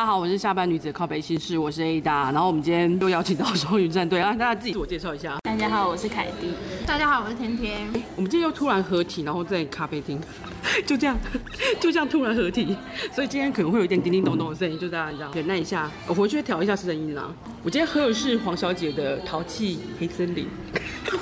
好，我是下班女子的靠北心事，我是 Ada。然后我们今天又邀请到双鱼战队，啊 让大家自己自我介绍一下。大家好，我是凯蒂。大家好，我是甜甜。我们今天又突然合体，然后在咖啡厅， 就这样，就这样突然合体，所以今天可能会有一点叮叮咚咚的声音，就大家这样忍耐一下。我回去调一下声音啦。我今天喝的是黄小姐的淘气黑森林，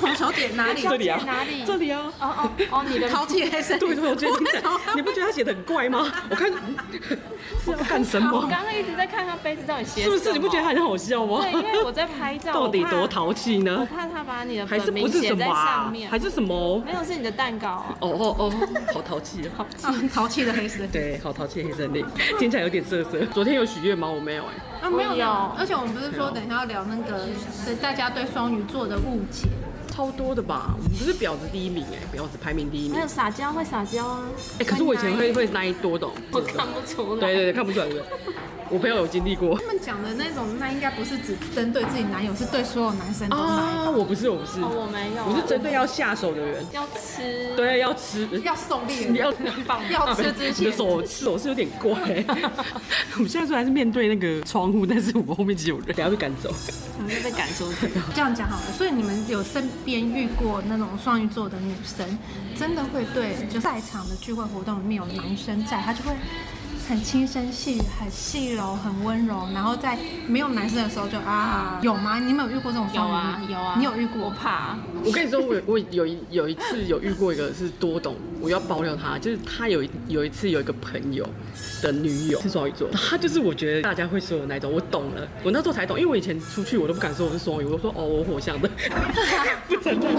黄小姐哪里？这里啊，哪里这里啊。哦哦哦，你 的淘气黑森林对对，我觉得你在，你不觉得他写的很怪吗？我看 是要干什啊我么？刚刚一直在看他杯子到底写是不是你不觉得什么还很好笑吗？对，因为我在拍 照，到底我怕多淘气我呢？怕他把你的还是本不名是写什么、在上啊？面还，是什么？没有是你的蛋糕啊。哦哦 哦，好淘气啊！啊 淘气的黑森林。 对，好淘气黑森林，听起来有点涩涩。昨天有许愿吗？我没有哎、啊，没有我有聊。而且我们不是说等一下要聊那个对大家对双鱼座的误解？超多的吧？我们不是婊子第一名哎、婊子排名第一名还有哎、撒娇会撒娇啊，可是我以前会会那一多的哦，我看不出来。对对对，看不出来对不对？我朋友有经历过他们讲的那种，那应该不是只针对自己男友，是对所有男生都来，啊，我不是我不是，哦，我没有，我是针对要下手的人，要吃。对，要吃。要狩猎。你要棒要吃之前你的 手手是有点怪、 我们现在虽然是面对那个窗户，但是我们后面其实有人，等下被赶走。我们就被赶出 去。这样讲好了，所以你们有身边遇过那种双鱼座的女生，真的会对就在场的聚会活动里面有男生在，他就会很轻声细语、很细柔、很温柔，然后在没有男生的时候就啊，有吗？你们有遇过这种有双啊鱼吗？有啊，你有遇过？我怕。我跟你说，我有我有一有一次有遇过一个是多懂，我要爆料他，就是他有一有一次有一个朋友的女友是双鱼座，他就是我觉得大家会说的那种，我懂了，我那时候才懂，因为我以前出去我都不敢说我是双鱼，我都说哦我火 象的，不承认。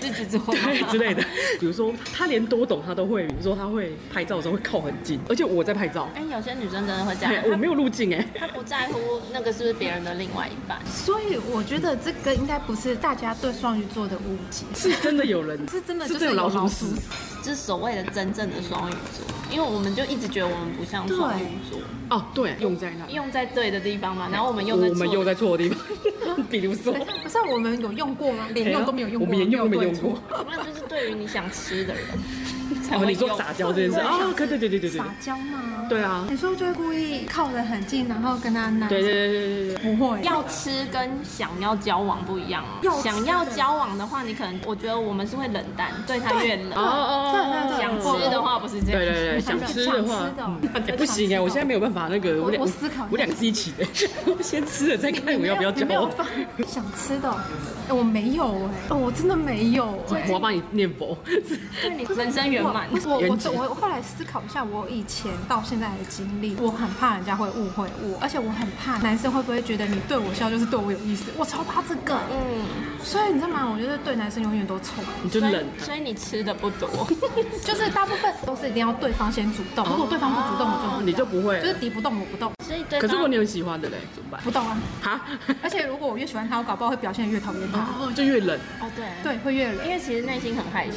自己 做对之类的，比如说他连多懂他都会，比如说他会拍照的时候会靠很近，而且我在拍照，哎，有些女生真的会这对 样，我没有路径哎、她不在乎那个是不是别人的另外一半。所以我觉得这个应该不是大家对双鱼座的误解，是真的有人，是真 的是就真是的有老鼠老屎鼠，就是所谓的真正的双鱼座，因为我们就一直觉得我们不像双鱼座，哦，对，用在那，用在对的地方嘛，然后我们用在我们用在在错的地 方，比如说。不是啊我们有用过吗？连用都没有用哎过，我们连用都没有用对错过。那就是对于你想吃的 人才哦，会你说用撒娇这件事啊？对对对对对对撒，娇嘛。对啊，你说就会故意靠得很近，然后跟他拿。对对对对对。不会。要吃跟想要交往不一样要哦，吃想要交往的话，你可能我觉得我们是会冷淡，对他越哦冷。哦哦，想吃的，话不是这对对啊样，对，想吃的话，不行哎，我现在没有办法那个，两我两只一起的， 我先吃了再看我要不要你交没有往。放想吃的哦，哎我没有哎，哦，我真的没有哎。我要帮你念 佛，对你人生圆满。不是我原则我我后来思考一下，我以前到现在的经历，我很怕人家会误会我，而且我很怕男生会不会觉得你对我笑就是对我有意思，我超怕这个。嗯，所以你知道吗？我觉得对男生永远都宠，你就所冷。以所以你吃的不 多，就是大部分都是一定要对方先主动，如果对方不主动，我就不哦你就不会就。是敌不动我不动，所以对方可是如果你有喜欢的嘞，怎么办？不动啊。哈， 而且如果我越喜欢他，我搞不好会表现得越讨厌他，哦，就越冷。哦对对，会越冷因。为其实内心很害羞。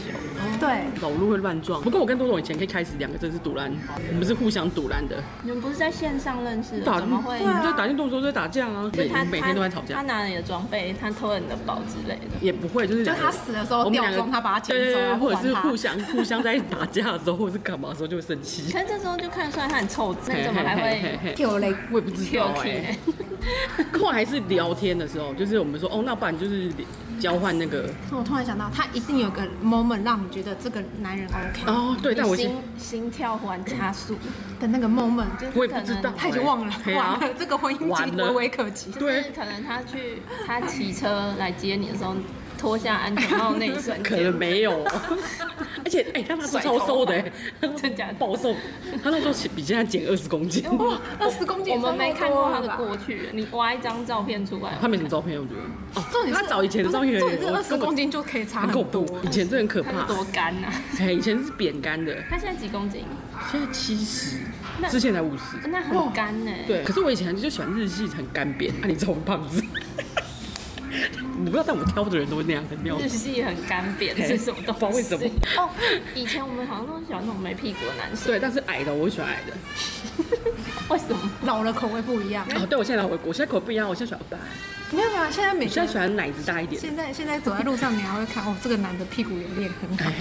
对，走路会乱撞。不过我跟多多以前可以开始两个真是堵拦，我们是互相堵拦的。你们不是在线上认识打的，怎么会你？们在打电动的时候在打架啊，每他每天都在吵他架，拿了你的装备，他偷了你的包之类的。也不会就是就两个他死的时候我们掉两个妆，他把他捡对对走，对，然后或者是还他互相互相在打架的时候，或者是干嘛的时候就会生气。可是这时候就看得出来他很臭， 那你怎么还嘿嘿会嘿 嘿嘿跳雷。我也不知道挑剔哎呢？。 后来是聊天的时候，就是我们说哦，那不然就是交换那个我突然想到，他一定有个 moment 让你觉得这个男人 OK 哦，对，但我是心心跳忽然加速，的那个 moment，就就是我也可不能知道他已经忘了，对啊完了，这个婚姻完岌了危危可及。就对是可能他去他骑车来接你的时候，脱下安全帽那一瞬可能间，没有哦，而且哎，他那时候超瘦的哎，真假的暴瘦，他那时候比现在减二十公斤。哇，二十公斤，我们没看过他的。过去，你挖一张照片出来，他没什么照片，我觉得。哦，重点是他找以前的照片，重点是我二十根本公斤就可以差很恐很多怖。，以前真的很可他是怕。多干呐！哎，以前是扁干的，他现在几公斤？现在七十，那之前才五十。那很干欸呢。对，可是我以前就喜欢日系，很干扁。 啊，你知道我胖子，你不知道，但我挑的人都那样，很妙。日系很干扁嘿是什么不知道东西？为什么哦，以前我们好像都喜欢那种没屁股的男生，对，但是矮的，我喜欢矮的。为什么？老了口味不一样。哎哦，对，我现在我我现在口不一样，我现在喜欢欧巴。没有没啊有，现在每你现个在喜欢奶子大一点，现在现在走在路上，你还会看哦，这个男的屁股有练很好。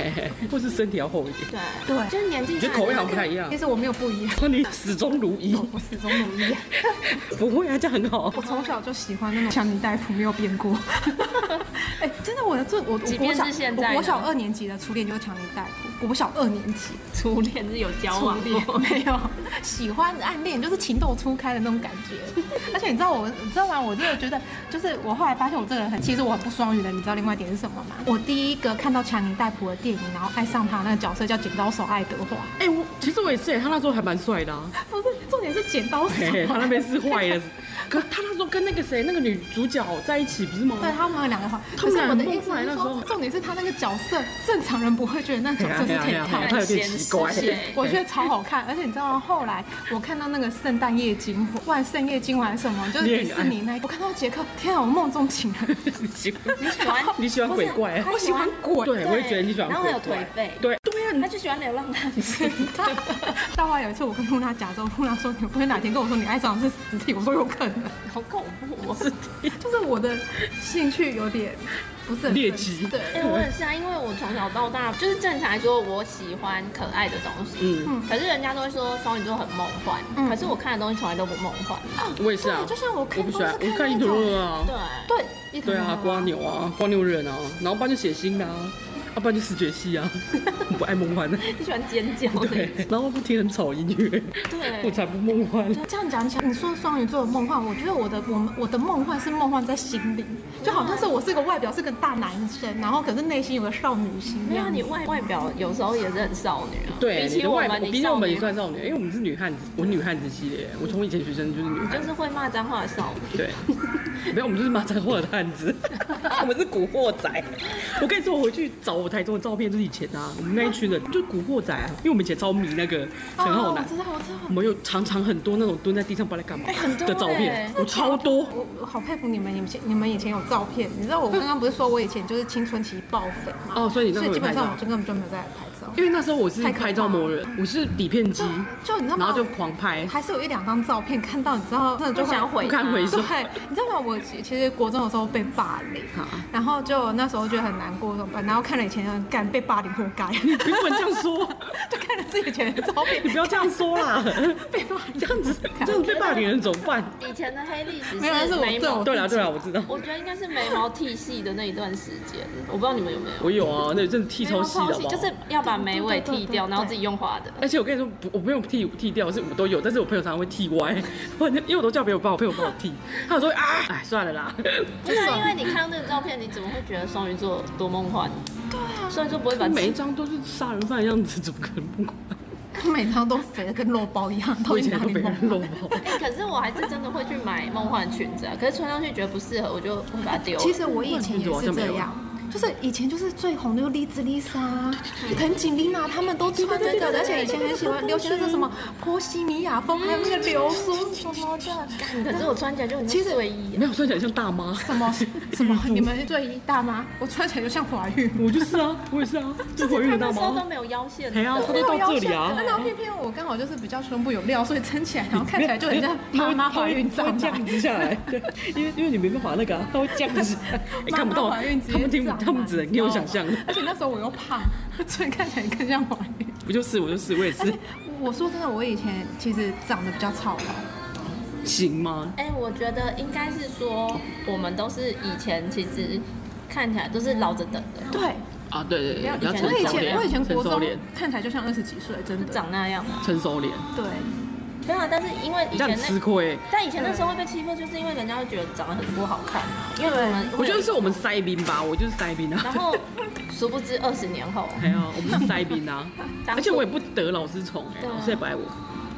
或是身体要厚一点。对对就是年纪你的大口味好像了不太一样其，实我没有不一样，哇你始终如一， 我始终努力。 不会啊，这样很好。我从小就喜欢那种强尼戴普，没有变过。 哎、真的，我的这我我即国便小是现在呢我国小二年级的初恋就是强尼戴普，国小二年级初恋是有交初往恋过，没有喜欢暗恋，就是情窦初开的那种感觉。 而且你知道我，你知道吗？我真的觉得，就是我后来发现我这个人很，其实我很不双语的。你知道另外一点是什么吗？我第一个看到强尼戴普的电影，然后爱上他那个角色叫剪刀手爱德华， 哎、我其实我也是、哎，他那时候还蛮帅的、 啊，不是重点是剪刀手啊嘿嘿，他那边是坏的，可他那时候跟那个谁，那个女主角在一起不是吗？ 对他们两个话，他们可是我的两个意思梦回来是那时候说，重点是他那个角色，正常人不会觉得那角色是嘿啊嘿啊 Ken 嘿啊 Tan 他有点很奇怪 咸湿我觉得超好看，而且你知道吗？后来我看到那个圣诞夜惊魂，万圣夜惊魂还是什么，就是恋爱迪士尼那一，我看到杰克，天啊，我梦中情人， 你喜欢你喜欢 你喜欢鬼怪？啊我喜欢鬼。对，我也觉得你喜欢然后鬼还有怪颓废对对啊，你他就喜欢流浪汉，到后来有一次，我跟露娜假装，露娜说：“你会不会哪天跟我说你爱上的是实体？”我说：“有可能。好恐怖、哦。是的”就是我的兴趣有点不是很猎分奇对，哎、我也是啊，因为我从小到大就是正常来说，我喜欢可爱的东西。嗯，可是人家都会说双鱼座很梦幻，嗯可是我看的东西从来都不梦幻。我也是啊，对就像我看我不喜欢，都是我看一那头种热啊，对，对，一头对啊，牛瓜牛啊，瓜牛人啊，然后不然就血腥的啊，要不然就视觉系啊， 我不爱梦幻的，你喜欢尖叫的。对，然后不听很吵音乐，我对，才不梦幻。这样讲起来，你说双鱼座的梦幻，我觉得我的我们我的梦幻是梦幻在心里，就好像是我是个外表是个大男生，然后可是内心有个少女心 一没有样。你外外表有时候也是很少女啊。对，比你起的我外们，我你毕竟我们也少女算少女，因为我们是女汉子，我女汉子系列，我从以前学生就是女汉就子，是会骂脏话的少女。对。 没有，我们就是马仔货的汉子， 我们是古惑仔。我跟你说，我回去找我台中的照片，就是以前啊，我们那一群人就是古惑仔啊，因为我们以前超迷那个陈浩哦我南，知道，我知道我。们有常常很多那种蹲在地上不知道在干嘛哦哎很多的照片哎，我超多。我我好佩服你们，你们以前你们以前有照片，你知道我刚刚不是说我以前就是青春期爆肥嘛？哦所以你那时所候以基有拍本照上我就根本就没有在拍照，因为那时候我是太可怕拍照魔人，我是底片机，就就你知道然吗？后就狂拍，还是有一两张照片看到，你知道，真的就不会想回不堪回首。 对，你知道吗？我其其实国中的时候被霸凌啊，然后就那时候觉得很难过怎么办？然后看了以前的人干被霸凌活该， 你不能这样说，就看了自己以前的照片你不要这样说 啦，被霸凌，这样子这样子被霸凌的人怎么办？以前的黑历史没有但是我眉对毛我，对啦对啦，我知道，我觉得应该是眉毛剃细的那一段时间， 我不知道你们有没有。我有啊，那阵剃超细的好不好就是要把眉尾剃掉，对对对对对然后自己用画的。而且我跟你说，不，我不用剃剃掉，是我都有，但是我朋友常常会剃歪， 我因为我都叫朋友帮我，朋友帮我剃，他有时候会啊，哎，算了 啦，不是啊，因为你看到那个照片，你怎么会觉得双鱼座多梦幻？对啊，双鱼座不会把每一自己张都是杀人犯的样子，怎么可能不管？ 每张都肥的跟肉包一样，到我以底前哪都里被梦人到肉？包。哎、可是我还是真的会去买梦幻裙子啊，可是穿上去觉得不适合，我就会把它丢了。其实我以前也是这样。就是以前就是最红的就是栗子 Lisa、藤井丽娜，她们都穿这个的，而且以前很喜欢流行那个什么波西米亚风，还有那个流苏什么的。 可是我穿起来就很其像实睡 衣啊、没有，穿起来像大妈，什么嗯什么？你们最一大妈？我穿起来就像怀孕。我就是啊，我也是啊，就怀孕他的大那时候都妈。没有腰线哎的，呀他 都没有到腰这里啊线的然后偏偏我刚好就是比较胸部有料，所以撑起来，然后看起来就很像妈妈怀孕她照会这样子下来，对，因为因为你没办法那个、啊，他会这样子，哎看不到，妈妈怀孕直接他们听不长大他们只能给我想象，而且那时候我又胖， 所以看起来更像怀孕。我就是我就是我也是，我说真的，我以前其实长得比较操劳，行吗？哎、我觉得应该是说，我们都是以前其实看起来都是老着等的，对。啊，对对对，不比较要以成前我以熟前我以前脸，成国熟中脸，看起来就像二十几岁，真就的。长那样啊。成熟脸，对，对啊，但是因为以你这样前吃那，亏、但以前那时候会被欺负，就是因为人家会觉得长得很不好看，因为我们我觉得是我们塞宾吧，我就是塞宾 然啊。后，殊不知二十年后，还有我们是塞宾 啊，当初而且我也不得老师宠哎、对啊老师也不爱我。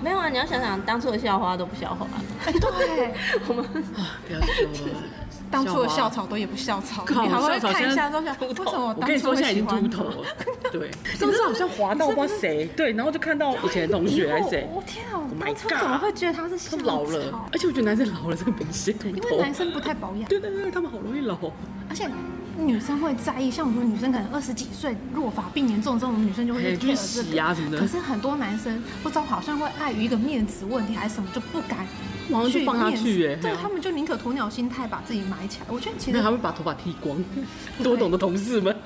没有啊！你要想想，当初的校花都不校花，哎 对，我们啊不要说了， 当初的校笑话。草都也不校草，靠你还会校草看一现在下都想，为什么我当跟你初说，会现在已喜经欢秃头他？了。 对，上次好像滑到你是不不知是道谁，对，然后就看到以前的同学还是谁我，我天啊！我 Oh my 当初 God 怎么会觉得他是他校们老了草，而且我觉得男生老了这个明显秃因为头。男生不太保养，对对对，他们好容易老。而且女生会在意。像我们女生可能二十几岁落发病严重之后，我们女生就哎会就是去洗啊什么的可是很多男生不知道好像会碍于一个面子问题还是什么，就不敢我好像就放他去耶面试对对啊他们就宁可鸵鸟心态把自己埋起来。我觉得其没实 有，他会把头发剃光。多懂的同事们，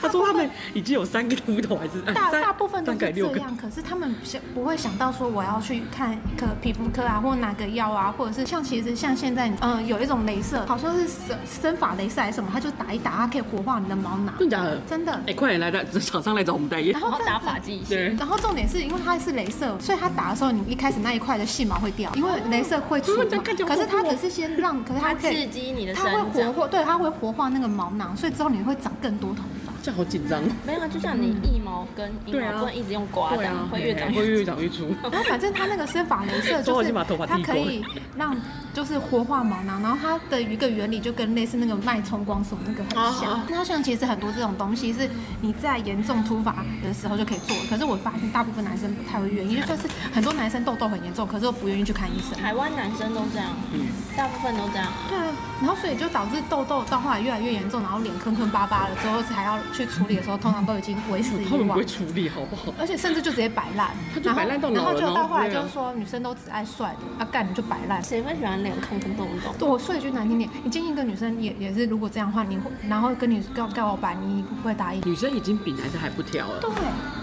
他说他们已经有三个秃头，还是哎大三大部分都三是个还这六个，样，可是他们想不会想到说我要去看可皮肤科啊，或哪个药啊，或者是像其实像现在，嗯、有一种镭射，好像是生生发镭射还是什么，它就打一打，它可以活化你的毛囊，真的假的？真的哎、。快点来来，厂商来找我们代言然。然后后这打样子发际对线，然后重点是因为它是镭射，所以它打的时候，你一开始那一块的细毛会掉，因为镭射会出哦嘛 这样看起来。好可是它恐怖哦只是先让，可是它它可刺以，激你的它会生活长。化，对，它会活化那个毛囊，所以之后你会长更多头发。这样好紧张。没有，就像嗯你腋毛跟阴对啊毛不能一直用刮的，啊会越长会越长越粗。然后反正它那个生发镭 射说我就已是经把头发剃它光可以让就是活化毛囊，然后它的一个原理就跟类似那个脉冲光什么那个很哦哦像。那像其实很多这种东西是你在严重突发的时候就可以做的，可是我发现大部分男生不太会愿意，就算是很多男生痘痘很严重，可是我不愿意去看医生。台湾男生都这样，啊嗯大部分都这样。对啊，然后所以就导致痘痘到后来越来越严重，然后脸坑坑巴巴了，之后才要去处理的时候，通常都已经为时嗯已他们不晚会。处理好不好？而且甚至就直接摆烂，他就然后摆烂到然老后了就然后到后来不会啊就是说女生都只爱帅的，啊干你就摆烂。谁会喜欢脸坑坑洞洞？我说一句难听点，你建议一个女生也也是，如果这样的话，你会然后跟你告告老板，你不会答应。女生已经比男生还不挑了，对，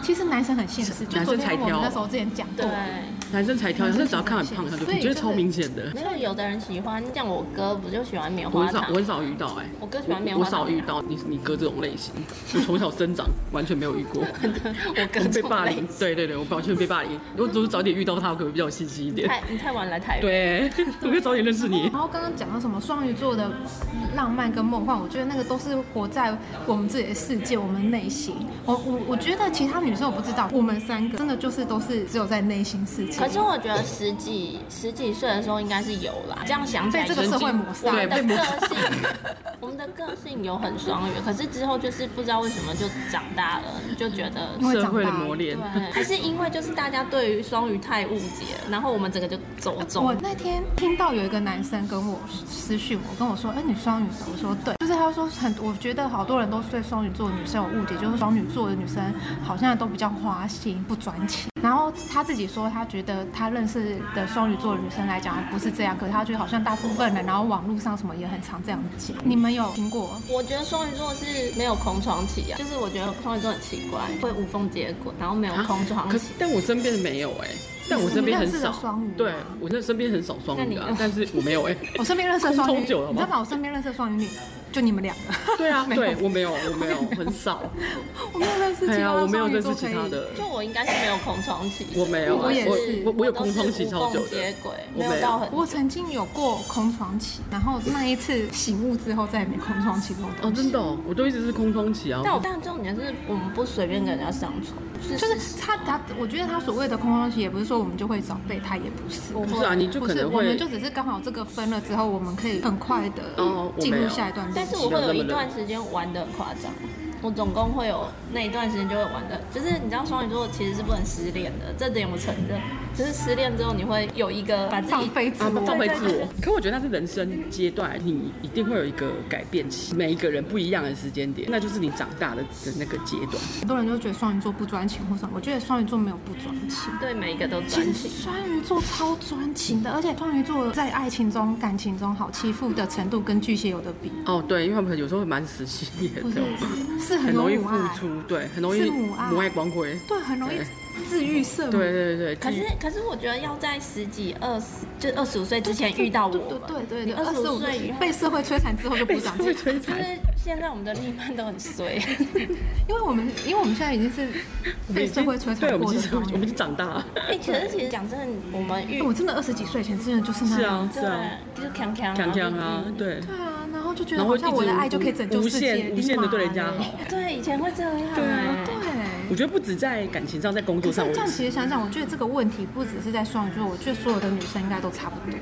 其实男生很现实，就男昨生才天我们挑啊那时候之前讲过对，，男生才挑，男男生生只要看很胖，他就所以你觉得就是超明显的。没有，有的人喜欢，像我哥不就喜欢棉我花很少糖我？很少遇到哎、我哥喜欢棉我花糖少遇到你你哥这种类型，我从小生长完全没有遇过， 我 哥我被这种霸类凌，对对对，我完全被霸凌。如果就是早点遇到他，我可能比较有信心一点。太你太晚来台北，对， 我会早点认识你。然后刚刚讲到什么双鱼座的浪漫跟梦幻，我觉得那个都是活在我们自己的世界，我们内心。我我我觉得其他女生我不知道，我们三个真的就是都是只有在内心世界。可是我觉得十几十几岁的时候应该是有啦，这样想起来被这个就是社会抹杀我们嗯对被的抹个杀性， 我们的个性有很双鱼，可是之后就是不知道为什么就长大了，就觉得因为社长会的大磨了。练， 对，还是因为就是大家对于双鱼太误解了，然后我们整个就走啊我中。那天听到有一个男生跟我私讯我，跟我说：“哎、你双鱼的？”我说：“对。”就是他说很，我觉得好多人都对双鱼座的女生有误解，就是双鱼座的女生好像都比较花心、不专情。然后他自己说，他觉得他认识的双鱼座的女生来讲不是这样，可是他觉得好像大部分人，然后网络上什么也很常这样讲。嗯你们有听过？我觉得双鱼座是没有空窗期啊，就是我觉得双鱼座很奇怪，会无缝接轨，然后没有空窗可是期。但我身边的没有哎、但我身边很你认识的少双鱼吗对我那身边很少双鱼那啊你，但是我没有哎、我身边认识的双鱼，空窗久了吗你知道吗？我身边认识的双鱼女，就你们两个。对啊， 没有对我没有，我没有，很少。我没有认识其对他啊，的我没有双鱼认座识可其以他的，就我应该是没有空窗期，我没有啊。我也是我我有都空是窗期无超缝久接的。轨，我没没有有到很我曾经有过空窗期，然后那一次醒悟之后再也没空窗期这种哦，东西。真的哦，我都一直是空窗期啊。但我但重点是我们不随便跟人家上床，就就是他他，我觉得他所谓的空窗期，也不是说我们就会早备胎，也不是。不是啊，你就不可是，能我们会就只是刚好这个分了之后，我们可以很快的哦我进没入有下一段但恋是情。我会有一段时间玩的很夸张，我总共会有那一段时间就会玩的，就是你知道双鱼座其实是不能失恋的，这点我承认，就是失恋之后你会有一个把自己放飞自啊我，放飞自我。可我觉得那是人生阶段，你一定会有一个改变期，每一个人不一样的时间点，那就是你长大的的那个阶段。很多人都觉得双鱼座不专情或什么，我觉得双鱼座没有不专情。对每一个都其专实情。双鱼座超专情的，而且双鱼座在爱情中、感情中好欺负的程度跟巨蟹有的比，哦，对，因为他们有时候会蛮死心眼不是的，是很啊很容易有母付爱出，对，很容易是母爱母爱光辉。对，很容易对治愈色盲。对对对，可自己是可是我觉得要在十几二十就二十五岁之前遇到我们，对对你对，二二十十五五岁以岁后。被社会摧残之后就不长会进，摧就残。是现在我们的另一半都很 衰，因为我们因为我们现在已经是我们被已社经会摧对，残我们过已的经我双们已鱼。经长大了。哎，可是其实讲真的，我们遇我真的二十几岁前真的就是那是样。啊，是啊，对就是强强强强啊，对，对啊，然后就觉然得后好像我一的直爱就可以拯救无世限界，无限地立马对人家好嘞哎对，以前会这样。对啊我哦对。觉得不止在感情上，在工可作是上我这也样是。其实想想，我觉得这个问题不只是在双鱼座，我觉得所有的女生应该都差不多。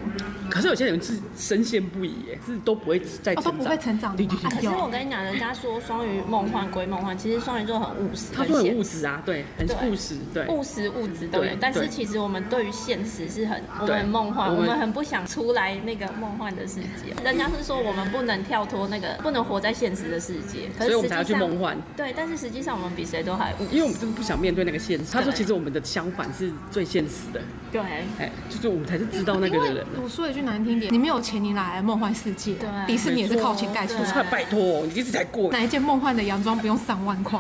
可是有些人是深陷不已，哎，是都不会再哦都不会成长的对吗对对可哎对，是我跟你讲，人家说双鱼梦幻归梦幻，其实双鱼座很务实，他说很务现实啊，对，很对务实，对。务实物质都有对，但是对其实我们对于现实是很，我对们很梦幻，我我们们很不想出来那个梦幻的世界。 人家是说我们不能跳脱那个，不能活在现实的世界，所可是以我们实才要际去上梦幻，对，但是实际上我们比谁都还务因为我们真的不想面对那个现实。他说，其实我们的相反是最现实的，对哎，就是我们才是知道那个的人啊因为我说一句难听点，你没有钱，你哪来梦幻世界？对迪士尼也是靠钱盖出我来对。说啊拜托，你一直在过，哪一件梦幻的洋装不用三万块？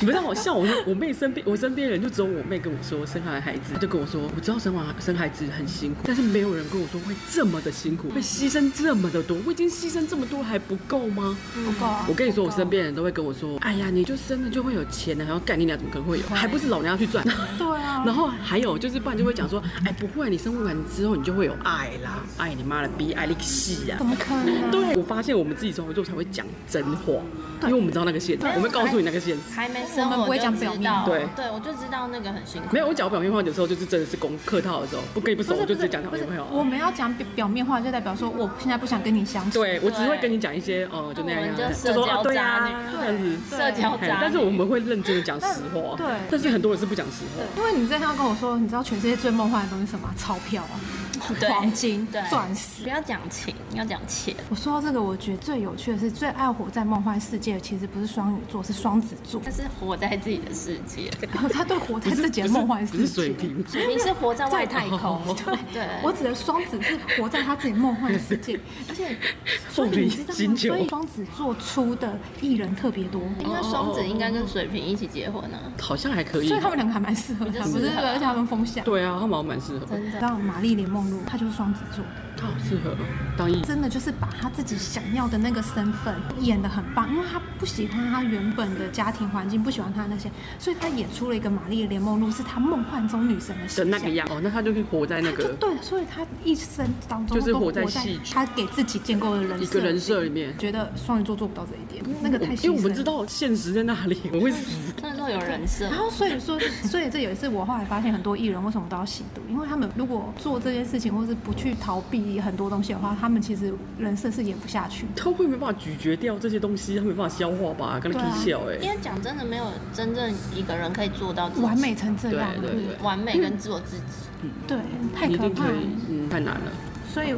你们让我笑。我我妹身边，我身边人就只有我妹跟我说生完孩子，她就跟我说，我知道生完生孩子很辛苦，但是没有人跟我说会这么的辛苦，会牺牲这么的多。我已经牺牲这么多还不够吗？不够啊我！跟你说，我够身边人都会跟我说，哎呀，你就生了就会有钱了，还要干你俩怎么可能会有？还不是老娘要去赚。对 啊，然后还有就是，不然就会讲说，哎，不会，你生完之后你就会有爱啦，爱你妈的逼，爱你屁啊怎！么可能？对，我发现我们自己生活中才会讲真话，因为我们知道那个现实，我们告诉你那个现实。还没生我们不我会就讲知表面道，对对，我就知道那个很辛苦。没有，我讲表面话的时候，就是真的是公客套的时候，不跟你不熟，不我是就不直是接讲到不女是朋友，啊。我们要讲表表面话，就代表说我现在不想跟你相处。对我只会对跟你讲一些，哦，就那样我们那样，就就说社啊，交对渣啊，女这样子。对社交嘿渣女，但是我们会认真的讲实话，但对但是很多人是不讲实话，因为你在他跟我说，你知道全世界最梦幻的东西是什么啊？钞票啊，对黄金对、钻石。不要讲情，要讲钱。我说到这个，我觉得最有趣的是，最爱活在梦幻世界的其实不是双鱼座，是双子 座。但是活在自己的世界，他对活在不自是己的梦幻不是不世是水哦界。平，你是活在外 太空。 对，我指的双子是活在他自己梦幻的世 界，而且所以你知道星吗？球所以双子座出的艺人特别多，因为双子应该跟水瓶一起结婚啊，好像还可以所以。他们两个还蛮适合的，比较适合不是？而且他们风向。对啊，他们好像蛮适合，真知的。道玛丽莲梦露，她就是双子座的，他好适合当艺真的就是把她自己想要的那个身份演得很棒，因为她不喜欢她原本的家庭环境，不喜欢她那些，所以她演出了一个玛丽莲梦露是她梦幻中女神的的形那象个。样哦，那他就可以活在那她就个对，所以她一生当中就是都活活在在戏剧她给自己建构的人设一个人设里面。觉得双鱼座做不到这一点，那个太牺牲因为我们知道现实在那里，我会死。那时候有人设然，后所以说， 所以这也是我后来发现很多艺人为什么都要吸毒，因为他们如果做这件事情，或是不去逃避很多东西的话，他们其实人设是演不下去的。他会没办法咀嚼掉这些东西，他没办法消化吧？跟对他啊笑哎，因为讲真的，没有真正一个人可以做到自己完美成这样，对对对完美跟做自己。对，太你一可定怕可了。以，嗯，太难了。所以，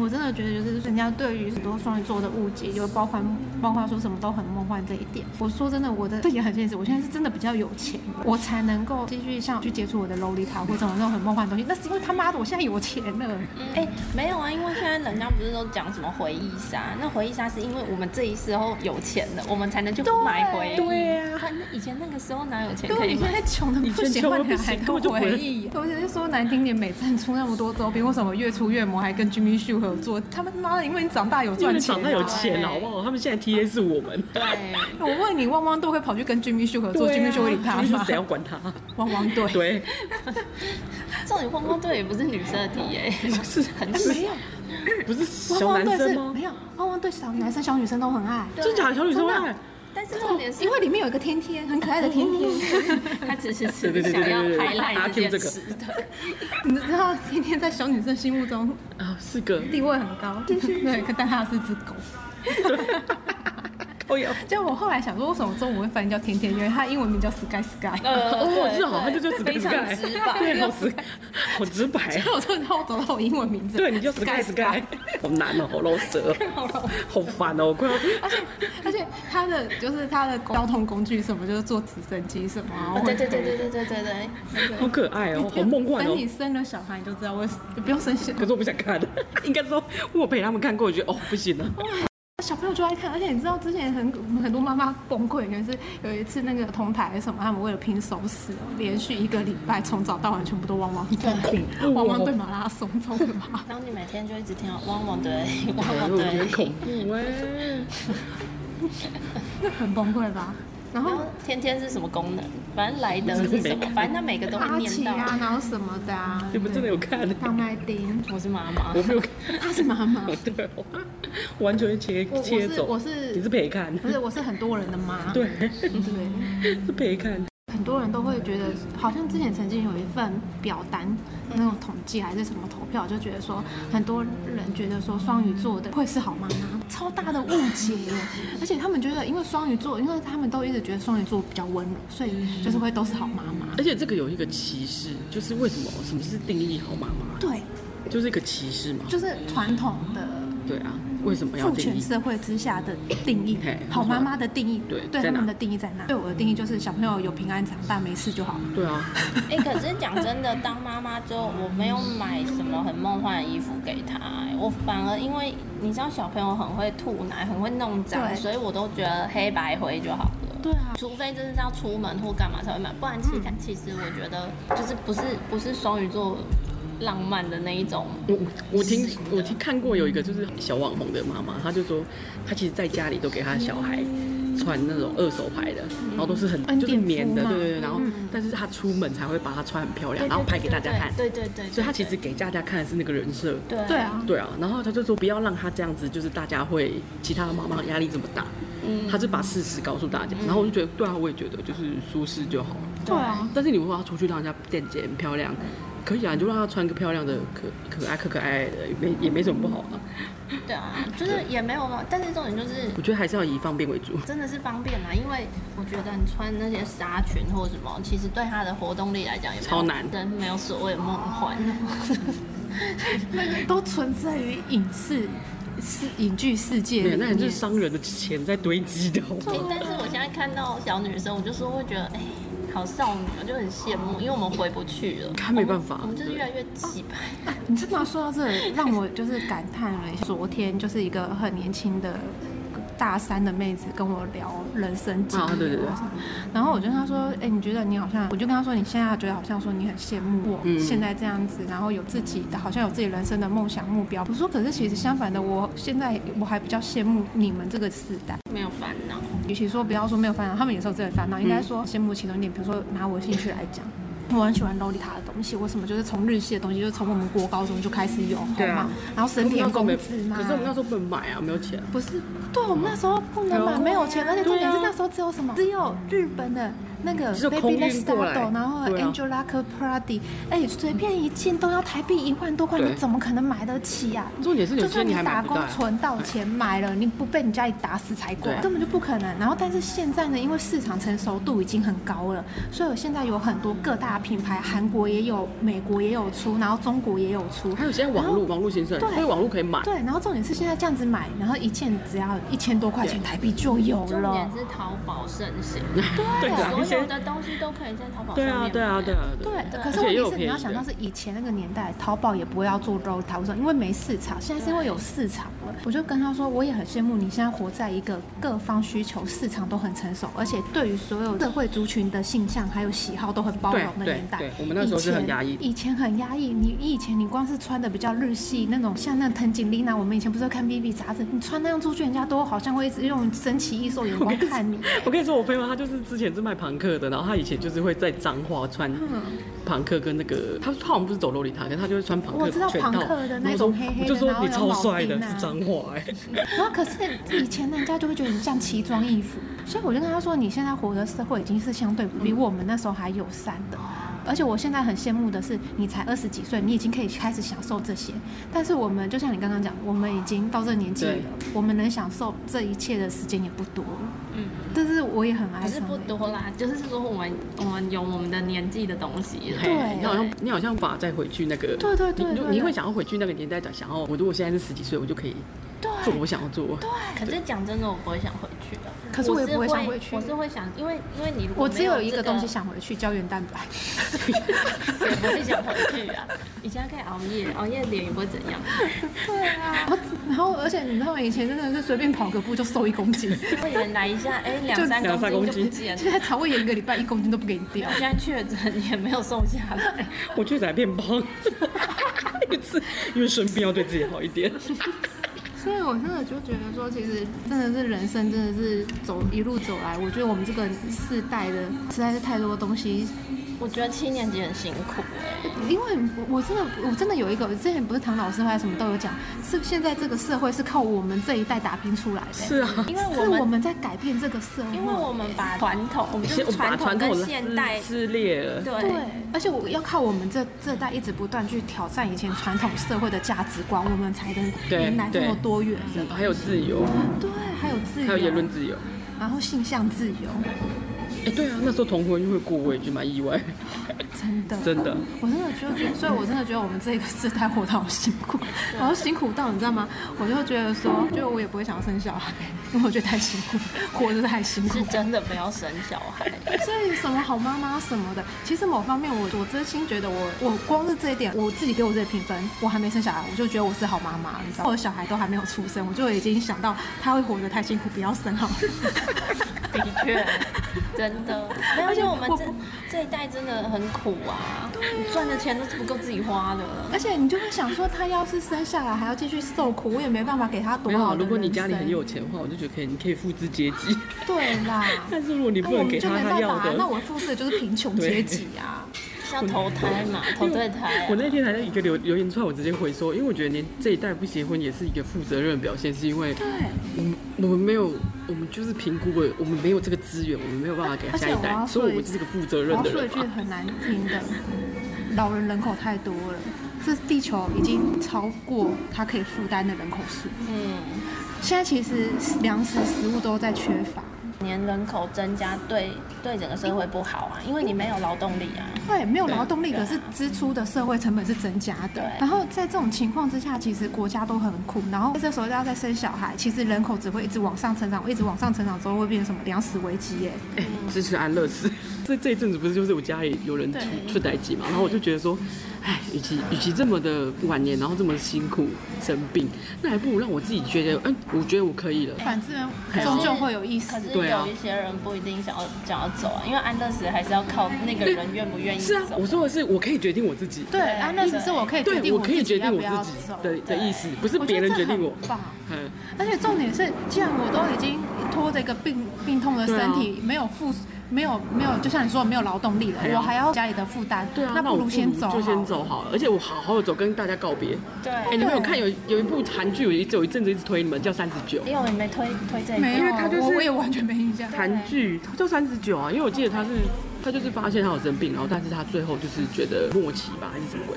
我 真的觉得就是人家对于很多双鱼座的误解，就包括包括说什么都很梦幻这一点。我说真的，我的这也很现实。我现在是真的比较有钱，我才能够继续像去接触我的洛丽塔或者那种很梦幻的东西。那是因为他妈的我现在有钱了。嗯哎、没有啊，因为现在人家不是都讲什么回忆杀？那回忆杀是因为我们这一时候有钱了，我们才能去买回忆。对啊他以前那个时候哪 有钱因可为以你现买？在穷的不行，换你还跟我回忆。而且就说难听点，美赞出那么多周边，为什么月初月魔还跟 Jimmy Xu 合作？他们妈的，因为你长大有因为赚你钱、啊长大有钱了，好不好？他们现在 T A 是我们，对，啊我问你，汪汪队会跑去跟 Jimmy Xu 合作、j i m m y Xu 会理他就是吗谁？要管他？汪汪队。对，这种汪汪队也不是女设题 耶、是很是哎没有，不是小汪男汪队生是吗没？有，汪汪队小男生、小女生都很爱，真假的小女生啊真的爱？但是重点是，因为里面有一个天天，很可爱的天天。 他只是对对对对想要对对对 highlight 阿 Q 这这个件事 的。你知道天天在小女生心目中啊，是个地位很高，对，可但她是只狗。哦有。就我后来想说，为什么中文会翻译叫甜甜？因为它英文名叫 Sky Sky。呃，哦，对是哦，他就对叫直白非常直白。对，好直，好直白 啊。我就让我找到我英文名字。对，你就 Sky Sky，好难哦，好漏舌，好烦哦，我快要。而且而且它的就是它的交通工具什么，就是坐直升机什么啊。哦对对对对对对对对，好可爱哦，好梦幻哦等。你生了小孩，你就知道为什么不用生小可是我不想看， 应该说我陪他们看过，我觉得哦不行了。小朋友就爱看，而且你知道之前很很多妈妈崩溃，原因是有一次那个同台什么，他们为了拼手死，连续一个礼拜从早到晚全部都 汪汪队，汪汪队马拉松，超可怕。然后你每天就一直听到汪汪队，汪哎汪我觉得队。恐怖哎。那很崩溃吧？然然后后天天是什么功能？反正莱德是什么？反正他每个都会阿奇念到。 啊，然后什么的啊，你们真的有看？ 大麦丁，我是妈妈我，没有看，他是妈妈，对哦，完全切我我切是走。我是你是陪看，不是我是很多人的妈， 对，对。是陪看。很多人都会觉得，好像之前曾经有一份表单，那种统计还是什么投票，就觉得说很多人觉得说双鱼座的会是好 妈妈，超大的误解耶。而且他们觉得，因为双鱼座，因为他们都一直觉得双鱼座比较温柔，所嗯以就是会都是好妈妈。而且这个有一个歧视，就是为什么什么是定义好妈妈，对，就是一个歧视嘛。就是传统的对啊，为什么要父定权义？社会之下的定义嘿，好妈妈的定义，对对在他哪们的定义在哪？对我的定义就是小朋友有平安长大，没事就好。对啊，哎、可是讲真的，当妈妈之后，我没有买什么很梦幻的衣服给她、哎我反而因为你知道小朋友很会吐奶，很会弄脏，对所以我都觉得黑白灰就好了。对啊，除非真的是要出门或干嘛才会买，不然其实、嗯其实我觉得就是不是不是双鱼座浪漫的那一种，我我我听我听看过有一个就是小网红的妈妈，她就说她其实在家里都给她小孩穿那种二手牌的，然后都是很嗯就是棉的，恩典服嘛对对对，然后嗯但是她出门才会把它穿很漂亮，对然后拍给大家看，对对对对对，所以她其实给大家看的是那个人设。对对，啊，对啊，然后她就说不要让她这样子，就是大家会其他的妈妈压力这么大，嗯她就把事实告诉大家。然后我就觉得，对啊，我也觉得就是舒适就好了。对啊，但是你如果要出去让人家店姐很漂亮，可以啊，你就让她穿个漂亮的，可可爱可可爱爱的，也没也没什么不好啊。对啊，就是也没有嘛，但是重点就是我觉得还是要以方便为主。真的是方便啦，啊因为我觉得你穿那些纱裙或什么，其实对它的活动力来讲也没有超难真没有所谓的梦 幻。都存在于影视、世影剧世界对，里那也是面。商人的钱在堆积的、哎哦。但是我现在看到小女生，我就说会觉得哎。好少女，我就很羡慕，因为我们回不去了，她没办法我们我们就是对越来越鸡排。哎你知道说到这里，让我就是感叹了一下。哎昨天就是一个很年轻的大三的妹子跟我聊人生经历啊对对对然后我就跟她说，哎、你觉得你好像，我就跟她说，你现在觉得好像说你很羡慕我、嗯现在这样子，然后有自己的好像有自己人生的梦想目标。我说，可是其实相反的，我现在我还比较羡慕你们这个时代。没有烦恼，与其说不要说没有烦恼，他们也是有自己的烦恼，应该说羡慕其中一点。比如说拿我兴趣来讲，我很喜欢洛丽塔的东西，为什么？就是从日系的东西，就是从我们国高中就开始有，对好啊吗然后神我田们那时候公没子嘛，可是我们那时候不能买啊，没有钱啊。不是，对我们那时候不能买，没有钱，而且重点是对啊那时候只有什么，只有日本的那个只有空 Baby 运 l e s t a 过来 d o 然后对啊 Angela Capradi，哎，随便一件都要台币一万多块，对你怎么可能买得起啊呀、重点是有就些算你你还买打不工到、啊。存到钱买了，你不被你家里打死才怪对，啊根本就不可能。然后，但是现在呢，因为市场成熟度已经很高了，所以我现在有很多各大品牌，韩国也有，美国也有出，然后中国也有出。还有现在网络，网络先生，对所以网络可以买。对，然后重点是现在这样子买，然后一件只要一千多块钱台币就有重了点。是淘宝盛行，对啊，所一些有的东西都可以在淘宝上对面啊，买。对啊，对啊，对啊，可是而且问也有题是便宜你的要想到是以前那个年代，淘宝也不会要做 low 淘，我说因为没市场，现在是因为有市场了。我就跟他说，我也很羡慕你现在活在一个各方需求市场都很成熟，而且对于所有社会族群的性向还有喜好都很包容的对对年代。对我们那时候是很压抑以前以前很压抑，你以前你光是穿的比较日系那种，像那藤井丽娜，我们以前不是会看 B B 杂志，你穿那样出去，人家都好像会一直用神奇异兽眼光看你。我跟你说，我朋友他就是之前是卖朋克的，然后他以前就是会在彰化穿嗯朋克跟那个，他他好像不是走洛丽塔，可是他就会穿朋克我知道全套。朋克的那然后种我黑黑的我就说然后你有超帅的，铆钉啊是彰化哎、然后可是以前人家就会觉得你像奇装异服，所以我就跟他说，你现在活的社会已经是相对比我们那时候还友善的。而且我现在很羡慕的是，你才二十几岁，你已经可以开始享受这些。但是我们就像你刚刚讲，我们已经到这年纪了对，我们能享受这一切的时间也不多了。嗯，但是我也很爱可是上不美多啦，就是说我们我们有我们的年纪的东西啊了。 嘿你好像对你好像把再回去那个，对对对你对就对你会想要回去那个年代，讲想要我如果现在是十几岁，我就可以对做我想要做。可是讲真的，我不会想回去的。可是我也是不会想回去我是会想，因为因为你如果我只有一个个东西，想回去，胶原蛋白。也不会想回去啊。你现在可以熬夜，熬夜脸也不会怎样。对啊，然后 然后而且你知道我以前真的是随便跑个步就瘦一公斤，会人来一下，哎，两就三两三公公斤斤就不见了。现在肠胃炎一个礼拜一公斤都不给你掉我。现在确诊也没有瘦下来， 我确实还变胖， 一次因为生病要对自己好一点。所以我真的就觉得说，其实真的是人生，真的是走一路走来，我觉得我们这个世代的实在是太多东西。我觉得七年级很辛苦哎。因为我我真的我真的有一个，之前不是唐老师还是什么都有讲，是现在这个社会是靠我们这一代打拼出来的、是啊，因为是我我们们在改变这个社会。因为我们把传统，我们就先是我把传传统统跟的嗯现代撕撕裂了。对，而且我要靠我们这这代一直不断去挑战以前传统社会的价值观，我们才能对迎来这么对多元。还有自由，对，还有自由，还有言论自由，然后性向自由，哎、对啊，那时候同婚会过，我也觉得蛮意 外，真的，真的。我真的就觉得，所以我真的觉得我们这个世代活得好辛苦，然后辛苦到你知道吗？我就觉得说，就我也不会想要生小孩， 因为我觉得太辛苦， 活着太辛苦是。真的不要生小 孩。所以什么好妈妈什么的，其实某方面我我真心觉得我我光是这一点，我自己给我自己评分，我还没生小孩，我就觉得我是好妈妈，你知道吗，我的小孩都还没有出生，我就已经想到他会活得太辛苦，不要生好了。 的确，真的，哎没有而且我们这这一代真的很苦啊，你赚的钱都是不够自己花的。而且你就会想说，他要是生下来还要继续受苦，我也没办法给他多没有好啊，的如果你人家里很生有钱的话，我就觉得可以，你可以复制阶 级。对啦，但是如果你那不我能们给就他没他办法要啊的，，那我付出的就是贫穷阶级啊。是要投胎嘛，投对胎、啊我。那天还在一个留留言串，我直接回说，因为我觉得连这一代不结婚也是一个负责任的表现，是因为对，我们我们没有，我们就是评估了，我们没有这个资源，我们没有办法给而且下一我代要，所以说我一们就是个负责我任要的说一人啊句嘛。很难听的，老人人口太多了，这地球已经超过它可以负担的人口数。嗯，现在其实粮食、食物都在缺乏，年人口增加对对整个社会不好啊，因为你没有劳动力啊。对，没有对嗯劳动力，可是支出的社会成本是增加的对。然后在这种情况之下，其实国家都很苦。然后在这时候要再生小孩，其实人口只会一直往上成长，一直往上成长之后会变成什么粮食危机耶？哎支持安乐 死。这这一阵子不是就是我家里有人出对出代际嘛，然后我就觉得说，哎，与其与其这么的晚年，然后这么辛苦生病，那还不如让我自己觉得，嗯，我觉得我可以了。反对正啊终究会有意思可。是对啊有一些人不一定想要想要走啊，因为安乐死还是要靠那个人愿不愿意是走。啊，我说的是我可以决定我自己，对，安乐死是我可以决对定我自可以己决要定不我要自己走。的的意思，不是我觉别得人这决定很我。棒嗯，而且重点是，既然我都已经拖着一个病病痛的身体，没有负，没有没有，就像你说的没有劳动力了啊对，啊我还要家里的负担，对啊，那我不如先走，就先。走好了，而且我好好的走，跟大家告别。对，哎、你们有看有有一部韩剧，有一有一阵子一直推你们叫《三十九》因为我也没推推这一没个。因有，为他就是我我也完全没印象。韩剧，它叫《三十九》啊，因为我记得他是他就是发现他有生病，然后但是他最后就是觉得末期吧还是什么鬼，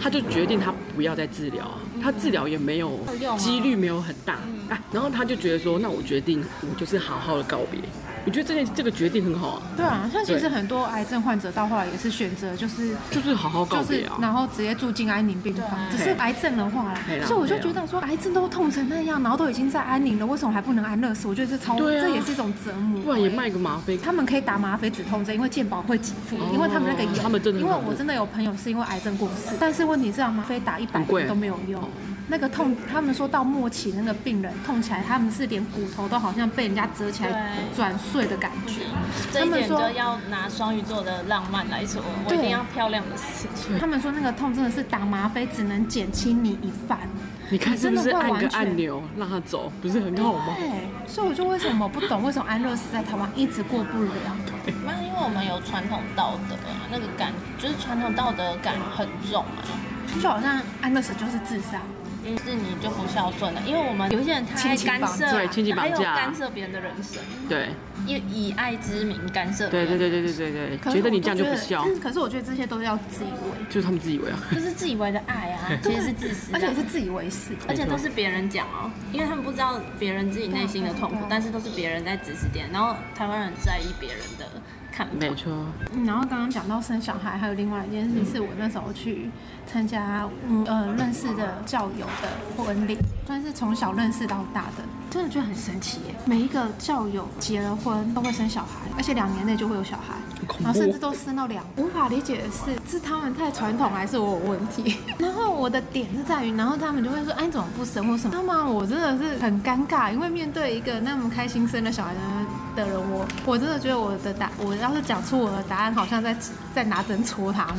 他就决定他不要再治疗啊，他治疗也没有哦有用吗几率没有很大啊，然后他就觉得说，那我决定我就是好好的告别，我觉得这件这个决定很好啊，对啊，像其实对很多癌症患者到后来也是选择就是。就是好好就告是别啊，。然后直接住进安宁病对房啊，只是癌症的话啦对，啦所以我就对啊觉得说，癌症都痛成那样，然后都已经在安宁了，为什么还不能安乐死？我觉得这超，对啊这也是一种折磨。欸不然也卖个吗啡。他们可以打吗啡止痛针，因为健保会给付哦，因为他们那个有，他们真的很因为恐怖我真的有朋友是因为癌症过世，但是问题是啊，吗啡打一百很贵都没有用哦。那个痛，他们说到末期，那个病人痛起来，他们是连骨头都好像被人家折起来对转碎的感觉。这他一们点就说要拿双鱼座的浪漫来说，我对一定要漂亮的事情。他们说那个痛真的是打吗啡只能减轻你一半。你看是不是真的会按个完全按钮让他走，不是很好 吗？对，所以我就为什么不懂为什么安乐死在台湾一直过不了？没有，因为我们有传统道德啊，那个感就是传统道德感很重啊。就好像安乐死就是自杀。于是你就不孝顺了，因为我们有一些人他爱亲戚绑干涉、对亲戚绑还有架啊干涉别人的人生，对以以爱之名干涉别对对人。对对对对可对，觉是得我你这样就觉不孝，嗯可是我觉得这些都要自以为，就是他们自以为啊。对，就是自以为的爱啊，其实是自嗯私的，而且是自以为是。而且都是别人讲哦，因为他们不知道别人自己内心的痛苦对啊对啊，但是都是别人在指指点，然后台湾人在意别人的看法没。错，嗯然后刚刚讲到生小孩，还有另外一件事是我那时候去参加嗯呃认识的教友的婚礼，算是从小认识到大的，真的觉得很神奇耶。每一个教友结了婚都会生小孩，而且两年内就会有小孩很恐，怖然啊后甚至都生到两。无法理解的是，是他们太传统还是我有问题？ 然后我的点是在于，然后他们就会说，哎，你怎么不生或什么？那么我真的是很尴尬，因为面对一个那么开心生了小孩的的人，我我真的觉得我的答，我要是讲出我的答案，好像在在拿针戳 他们。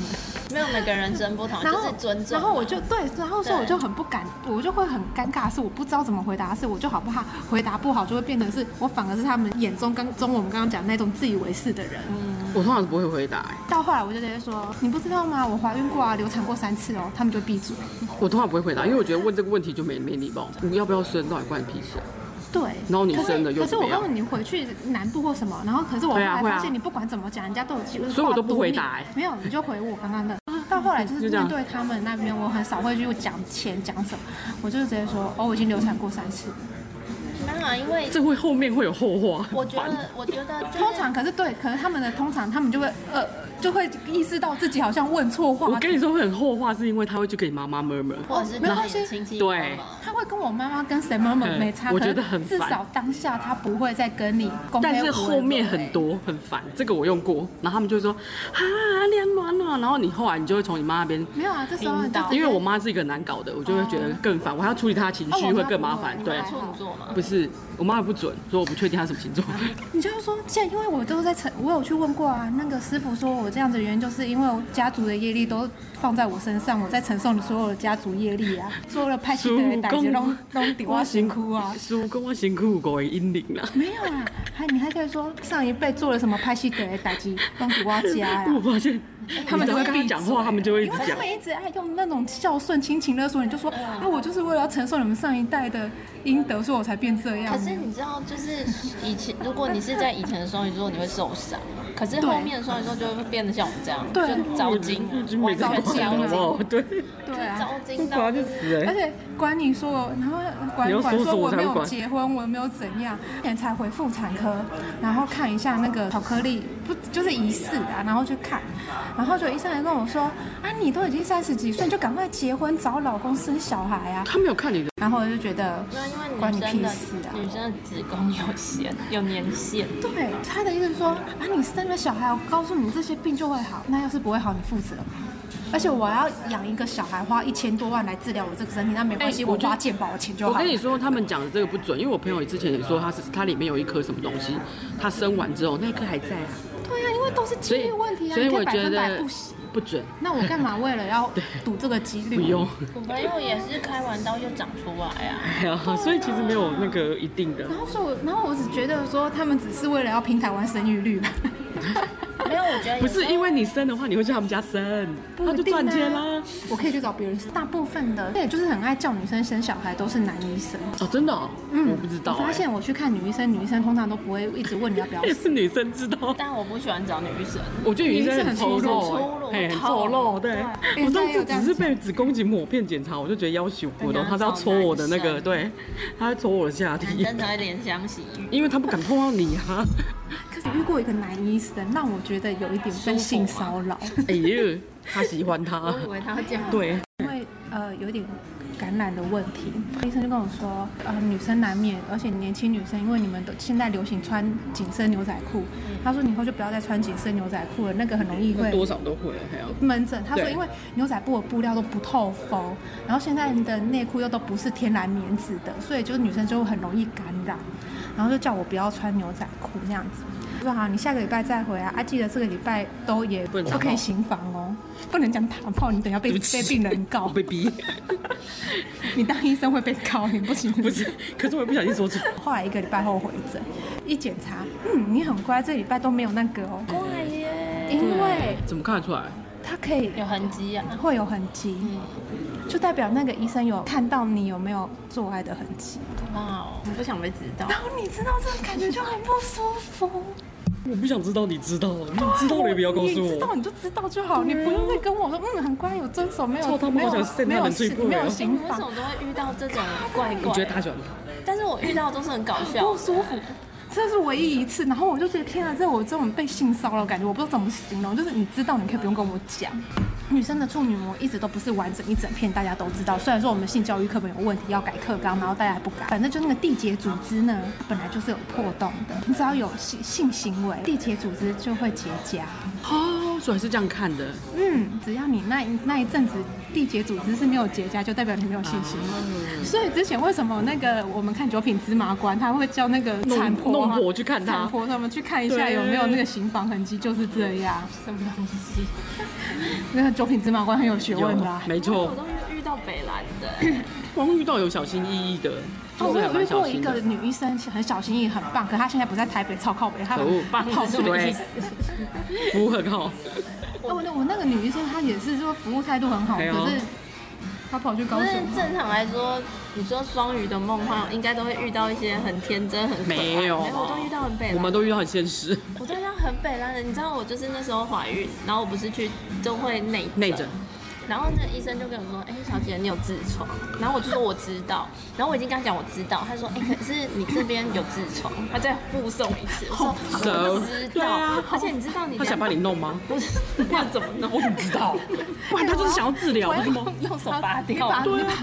没有每个人生不同，然就后是尊重。啊然后我就对，然后所以对我就很不敢，我就会很尴尬，是我不知道怎么回答，是我就好怕回答不好，就会变成是我反而是他们眼中刚中我们刚刚讲那种自以为是的人。我通常是不会回答、欸到后来我就直接说，你不知道吗？我怀孕过啊，流产过三次哦，他们就闭嘴。我通常不会回答，因为我觉得问这个问题就没没礼貌。你要不要生，到底关你屁事啊？对，然后你可是生了又可是怎么我样告诉你，回去南部或什么，然后可是我后对啊来会啊发现，你不管怎么讲，人家都有机会，所以我都不回答哎没有，你就回我刚刚的。就是到后来就是就这样面对他们那边，我很少会去讲钱讲什么，我就直接说哦，我已经流产过三次。没有，啊，因为这会后面会有后话。我觉很烦得，我觉得就是通常可是对，可是他们的通常他们就会呃就会意识到自己好像问错话我，跟你说会很后话，是因为他会去给你妈妈 murmur。或者是哦没跟关你系的亲戚对嘛他会跟我妈妈跟谁妈妈嗯没差，我可觉是得很至烦少当下他不会再跟你公开但是我后面很多很烦，这个我用过，然后他们就会说啊，你很暖暖，然后你后来你就会从你妈那边，没有啊，这时候你引就导直接因为我妈是一个很难搞的，我就会觉得更烦，我还要处理她的情哦我绪妈会更麻烦不。会对你，妈处女座嘛，不是我妈也不准，所以我不确定她什么星座。你就要说，现在因为我都在成，我有去问过啊，那个师傅说我这样子的原因就是因为我家族的业力都放在我身上，我在承受你所有的家族业力 啊，所有的派系的代叔志公拢拢顶 我辛苦啊。叔公我辛苦过阴灵啦，没有啊，还你还可以说上一辈做了什么派系的代志拢顶我家 呀、我发现他们你只要就会跟闭她嘴讲话，他们就会一因直为他讲。们一直爱用那种孝顺、亲情勒索，你就说啊，我就是为了要承受你们上一代的阴德，所以我才变这样。可是你知道，就是以前，如果你是在以前的双鱼座，你会受伤；可是后面的双鱼座就会变得像我们这样，对就糟精我已经，完每次全都糟糟心讲啊好不精，好？对，对啊，糟精我要到去死哎而！且管你说我，然后管你要管说说什么我才没不有管结婚，我没有怎样，前才回妇产科，然后看一下那个巧克力，不就是疑似啊，然后去看，然后就医生还跟我说啊，你都已经三十几岁，你就赶快结婚，找老公生小孩啊。他没有看你的，然后我就觉得那因为关你女生屁的、事啊！女生的子宫有限，有年限，对，他的意思是说，啊，你生了小孩，我告诉你这些病就会好，那要是不会好，你负责。而且我要养一个小孩，花一千多万来治疗我这个身体，那没关系，哎我我就花健保的钱就我好。跟你说，他们讲的这个不准，因为我朋友之前也说他是它里面有一颗什么东西，他生完之后那一颗还在啊，对呀、因为都是几所以率问题啊，所以你可我以百觉分百得不行。不准，那我干嘛为 了要赌这个几率？不用。 我朋友也是开完刀就长出来啊。对啊，所以其实没有那个一定的然。后说我，然后我只觉得说，他们只是为了要拼台湾生育率吧。没有，我觉得不是因为你生的话，你会去他们家生，啊 不他一就定啊赚钱啦。我可以去找别人。大部分的，对，就是很爱叫女生生小孩，都是男医生。哦，真的哦，我不知道嗯我发哎，现我去看女医生，女医生通常都不会一直问你要不要 也是女生知道。但我不喜欢找女 生，我觉得女生很女丑生很粗陋鲁哎，很很丑丑陋。对，对我上次只是被子宫颈抹片检查，我就觉得要求不懂，他是要戳我的那个，对，他在戳我的下男体，生才会怜香惜玉。 因为他不敢碰到你啊。 可是遇过一个男医生，让我觉得有一点啊被性骚扰，哎呦，他喜欢我 他， 以为他会这样，对，因为呃有点感染的问题。医生就跟我说，呃女生难免，而且年轻女生，因为你们都现在流行穿紧身牛仔裤，他说你以后就不要再穿紧身牛仔裤了，那个很容易嗯会多少都会，还有门诊，他说对因为牛仔布的布料都不透风，然后现在的内裤又都不是天然棉质的，所以就是女生就很容易感染，然后就叫我不要穿牛仔裤这样子。我说好，你下个礼拜再回啊，啊记得这个礼拜都也不能打不可以炮行房哦，不能讲打炮，你等一下被对不被起病人我告，哦被逼， 你当医生会被告，你不行。不是，可是我也不小心说出，后来一个礼拜后回诊，一检查，嗯，你很乖，这礼拜都没有那个哦，怪耶，因为怎么看得出来？它可以有痕迹啊。会有痕迹，就代表那个医生有看到你有没有做爱的痕迹。哇哦，我不想被知道。然后你知道这个感觉就很不舒服。我不想知道，你知道，啊你知道了也不要告诉你哦知道我。你就知道就好，你不用再跟我说，嗯，很乖，有遵守，没操有他妈没有我想扇他没有冷水行棍没有了刑你为什法，么都会遇到这种怪你觉怪得他的？喜欢他？但是我遇到的都是很搞笑不，舒服。这是唯一一次，然后我就觉得天啊，这我这种被性骚扰的感觉，我不知道怎么形容，就是你知道，你可以不用跟我讲。女生的处女膜一直都不是完整一整片，大家都知道。虽然说我们性教育课本有问题，要改课纲，然后大家还不改，反正就那个缔结组织呢，它本来就是有破洞的。你只要有性性行为，缔结组织就会结痂。哦，所以是这样看的。嗯，只要你那一那一阵子缔结组织是没有结痂，就代表你没有性行啊为。所以之前为什么那个我们看《九品芝麻官》，他会叫那个弄产婆啊弄婆去看他产婆他们去看一下对有没有那个刑房痕迹，就是这样。什么东西？ 那个《九品芝麻官》很有学有问的啊，没错我，都遇到北兰的，光遇到有小心翼翼的，哦，就是我还有蛮遇小过一心个的。女医生，很小心翼翼，很棒。可她现在不在台北，超靠北，她可恶，棒跑出哦对，服务很好，我哦那我那个女医生，她也是说服务态度很好，哎呦可是她跑去高不是雄了。正常来说，你说双鱼的梦话，应该都会遇到一些很天真、很可爱没有没有，我都遇到很北我兰们，都遇到很现实。我都遇到很北兰的。你知道我就是那时候怀孕，然后我不是去都会内内诊，然后那医生就跟我说，哎、小小姐你有痔疮，然后我就说我知道，然后我已经跟她讲我知道，她说哎、可是你这边有痔疮，她再附送一次，我说我知对道，啊而且你知道你哦他想把你弄吗？不是要怎么弄，我怎么知道？不然他就是想要治疗，啊我不要是吗？用手拔掉你把 对啊，你把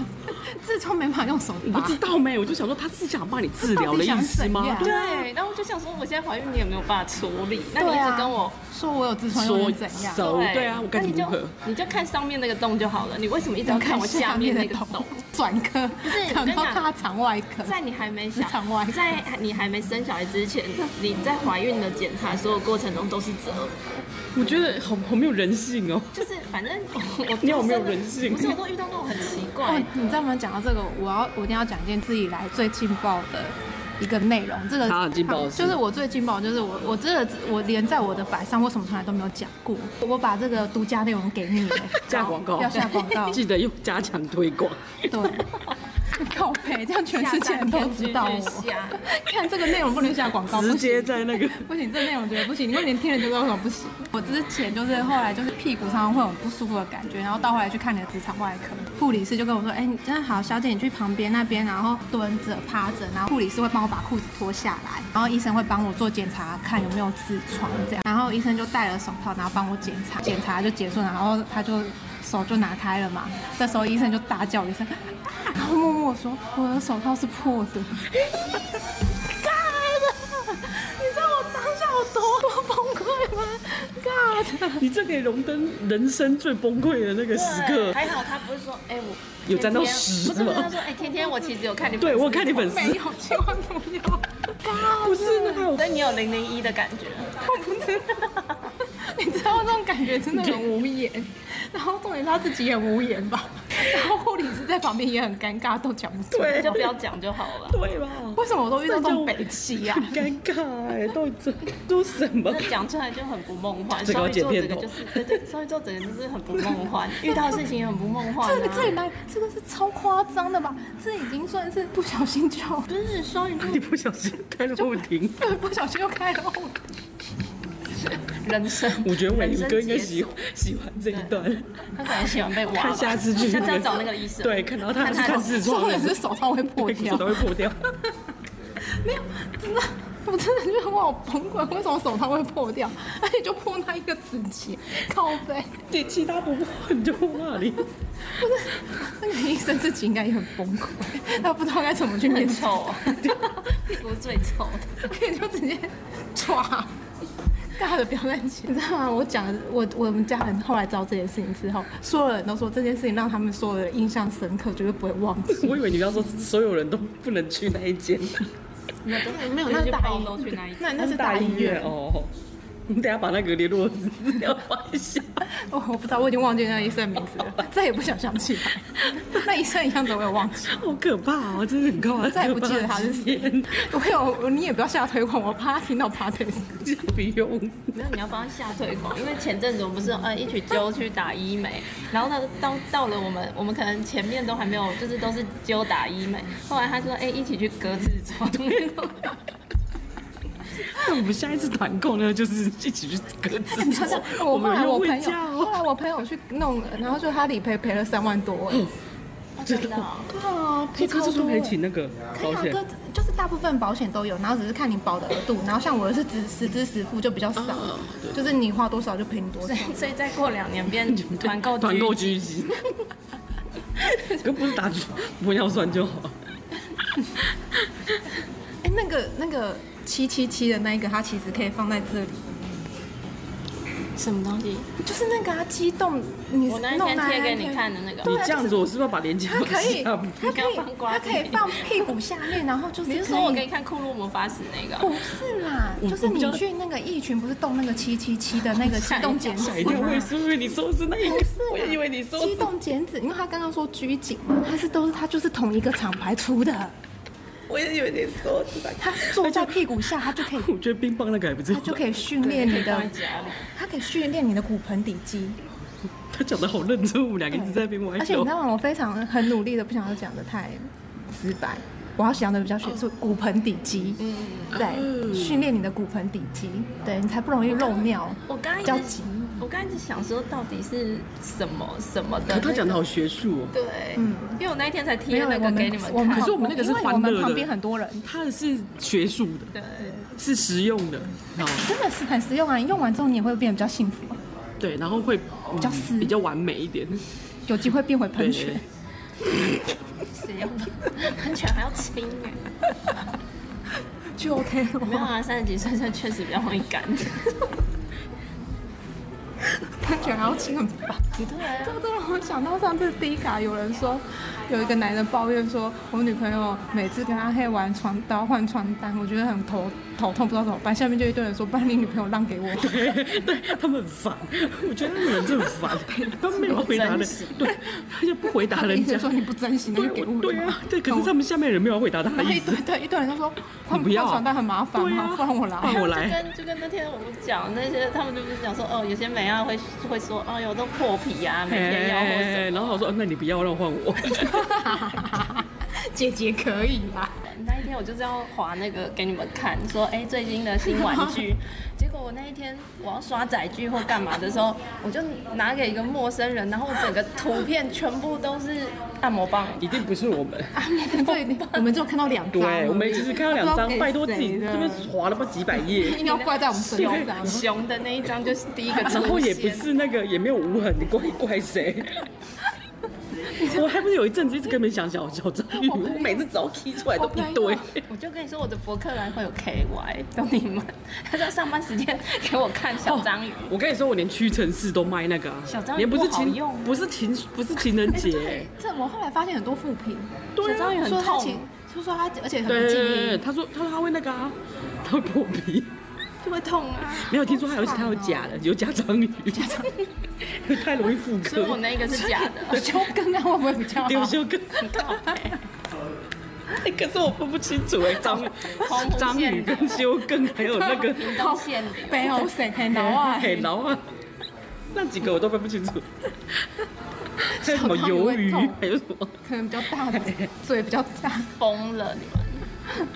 痔疮没办法用手我拔，不知道没，我就想说他是想把你治疗的意思吗？他到底想怎样对啊对，然后我就想说，我现在怀孕，你有没有办法处理？那你对一啊直跟我说我有痔疮又说能怎样？手对啊，我该那怎么你如就何？你就看上面那个洞就好了，你为什么一直要看我下面那个洞？转科，是我转跟你到讲大肠外科，在你还没直肠外想，在你还没生小孩之前，你在怀孕的检查所有过程中都是折磨，我觉得好好没有人性哦。就是反正 我你有没有人性不是，我都遇到那种很奇怪哦，，你知道吗？讲到这个，我要我一定要讲一件自己来最劲爆的一个内容。这个好劲爆的事就是我最劲爆，就是我我真的我连在我的摆上，为什么从来都没有讲过？我把这个独家内容给 你了，下广告要下广告，记得要加强推广。对。 靠背，这样全世界人都知道下载我天。下 看这个内容不能下广告，直哦不行接在 那个不行，这内容觉得不行，你会连听了就知道为什么不行。我之前就是后来就是屁股常常会有不舒服的感觉，然后到后来去看你的直肠外科，护理师就跟我说，哎、你真的好，小姐你去旁边那边，然后蹲着趴着，然后护理师会帮我把裤子脱下来，然后医生会帮我做检查，看有没有痔疮这样，然后医生就戴了手套，然后帮我检查，检查就结束了，然后他就。手就拿开了嘛，这时候医生就大叫一声，啊然后默默说：“我的手套是破的。”尬的，你知道我当下有多多崩溃吗？尬的，你这可以荣登人生最崩溃的那个时刻对，还好他不是说，哎、我有沾到天天屎不是不是，吗他说，哎、天天我其实有看你，对我有看你粉丝没有，千万不要，尬，不是那还有所以你有零零一的感觉，你知道那种感觉真的很无言，然后重点是他自己也无言 吧，然后护理师在旁边也很尴尬，都讲不出对来。就不要讲就好了。啊对吧？为什么我都遇到这种北气 呀、很尴尬哎，到底这都什么 那？讲出来就很不梦幻，这个要双鱼剪座片整头个就是，对对，双鱼座整个就是很不梦幻，遇到的事情也很不梦幻、啊。这个这里来，这个是超夸张的吧？这已经算是不小心就， 不是双鱼座你不小心开了后庭，对，不小心就开了后门。人生，我觉得伟哥应该人生喜解欢喜欢这一段，他可能喜欢被挖吧。看下次去下次那要个找那个医生。对，看到他是看他看的痔重疮点的，是手套会破对掉 手都。会破掉。没有，真的，我真的觉得我好崩溃，为什么手套会破掉？而且就破那一个指节，靠背，你其他不破，你就 破那里。不是那个医生自己应该也很崩溃，他不知道该怎么去很面对，臭啊， 屁股最臭的。而且就直接抓。尬的不要再讲，你知道吗？我讲的，我我们家人后来知道这件事情之后，所有人都说这件事情让他们所有人印象深刻，绝对不会忘记。我以为你要说所有人都不能去那一间，没有，没有那那是大 医都去那一间。 那那是大大医院，哦。你等一下把那个联络资料发一下。 我哦我不知道，我已经忘记那个医生的名字了，再也不想想起来。那医生一样子我也忘记。好可怕哦，真的很可怕。再也不记得他是谁天， 我有，你也不要下推广，我怕他听到怕推。 不用。 没有，你要帮他下推广，因为前阵子我们不是呃一起揪去打医美，然后呢到到了我们我们可能前面都还没有，就是都是揪打医美，后来他说哎、一起去割痔疮，那我们下一次团购呢，就是一起去割哎你知痔道疮。我后们来有我优惠朋友价，后哦。来我朋友去弄了，然后就他理赔赔了三万多哎。真的哦。对啊，所以割痔疮可以哎请那个可以保啊，险哥，就是大部分保险都有，然后只是看你保的额度，然后像我的是只实支实付就比较少，就是你花多少就赔你多少。 所以再过两年变团购团购局狙击。 可不是打狙，玻尿酸就好。哎，那个那个七七七的那一个，它其实可以放在这里，什么东西？就是那个它激动，你我那一弄天贴给一你天看的那个，你这样子，我是不是要把链接它放啊可下以，它面？可以，它可以放屁股下面，然后就是你可以。是说我给你看库洛魔法使那个？不是啦，嗯我就是你去那个义群，不是动那个七七七的那个机动减吓一脂跳，我吗也？是以为你说的是那哦一个，我也以为你说机是。啊动减脂，因为他刚刚说拘谨嘛，它是都是它就是同一个厂牌出的，我也以为你说是它坐在屁股下，它就可以， 我觉得冰棒那个还不错它，就可以训练你的放在，家里。它可以训练你的骨盆底肌。他讲的好认真，我们两个一直在那边玩而且你知道吗？我非常很努力的，不想要讲的太直白，我要讲的比较学术，骨盆底肌，嗯，对，训练你的骨盆底肌，对你才不容易漏尿。我刚刚一比较直急，我刚才一直想说到底是什么什么的可那个、他讲的好学术哦，对，嗯因为我那一天才没贴有那我个给你们我看，们可是我们那个是因为欢我们乐的旁边很多人，他的是学术的，对，是实用的，然后真的是很实用啊！你用完之后你也会变得比较幸福，对，然后会比较私比较完美一点， 有机会变回对喷泉。谁要 喷泉还要亲哎、就 OK 没有了，啊，三十几岁这确实比较容易干。他觉得还要亲很烦。对啊这，个都让我想到上次 D 卡啊有人说，有一个男人抱怨说，我女朋友每次跟阿黑玩床刀换床单，我觉得很头头痛，不知道怎么办。下面就一堆人说，把你女朋友让 给我。对，对他们很烦，我觉得那个人真的很 烦，他们没有回答不的珍惜，对，他就不回答他的人意 思家是，说哦你不珍惜，那对就给我。我对啊，对，可是他们下面人没有回答他的然后意一思堆，对一堆人都说，换不要换床单很麻烦对嘛啊，不然我来。换我来 就跟就跟那天我们讲那些，他们就是讲说，哦，有些美亚会会说，哦哟，都破皮啊，每天要或什么。哎，然后我说，那你不要让换我， 姐姐可以啦，那一天我就是要划那个给你们看，说哎、最新的新玩 具。结果我那一天我要刷载具或干嘛的时候，我就拿给一个陌生人，然后我整个图片全部都是按摩棒。一定不是我们， 对，我们只有看到 两张而已，对，我们只是看到两张，拜托自己这边说，划了不知道几百页。硬要怪在我们身熊上。熊的那一张就是第一个出 现，然后也不是那个，也没有无痕，你怪怪谁？我还不是有一阵子一直跟你们讲小小章鱼，我每次只要 K 出来都一堆。 我就跟你说，我的博客栏会有 KY，懂你们？他在上班时间给我看小章鱼，我跟你说，我连屈臣氏都卖那个、啊，小章鱼连不是不好情用不是情不是情人节、对，这我后来发现很多负评，对啊小章鱼很说他痛请，，就说他而且很对不对记对对对，忆，他说他说他会那个啊，他会破皮，就会痛啊。没有听说还有好惨哦他有假的，有假章鱼，假章鱼太容易复所以我刻，那个是假的，修更啊会不会比较丢好？修个。靠哎背可是我分不清楚 哎，章红红章鱼线的跟修更还有那 个。屏东县的。北欧谁黑脑啊？海捞啊，那几个我都分不清楚。还有什么小汤鱿会鱼痛，还有什么？可能比较大的，嘴比较大。疯了你们。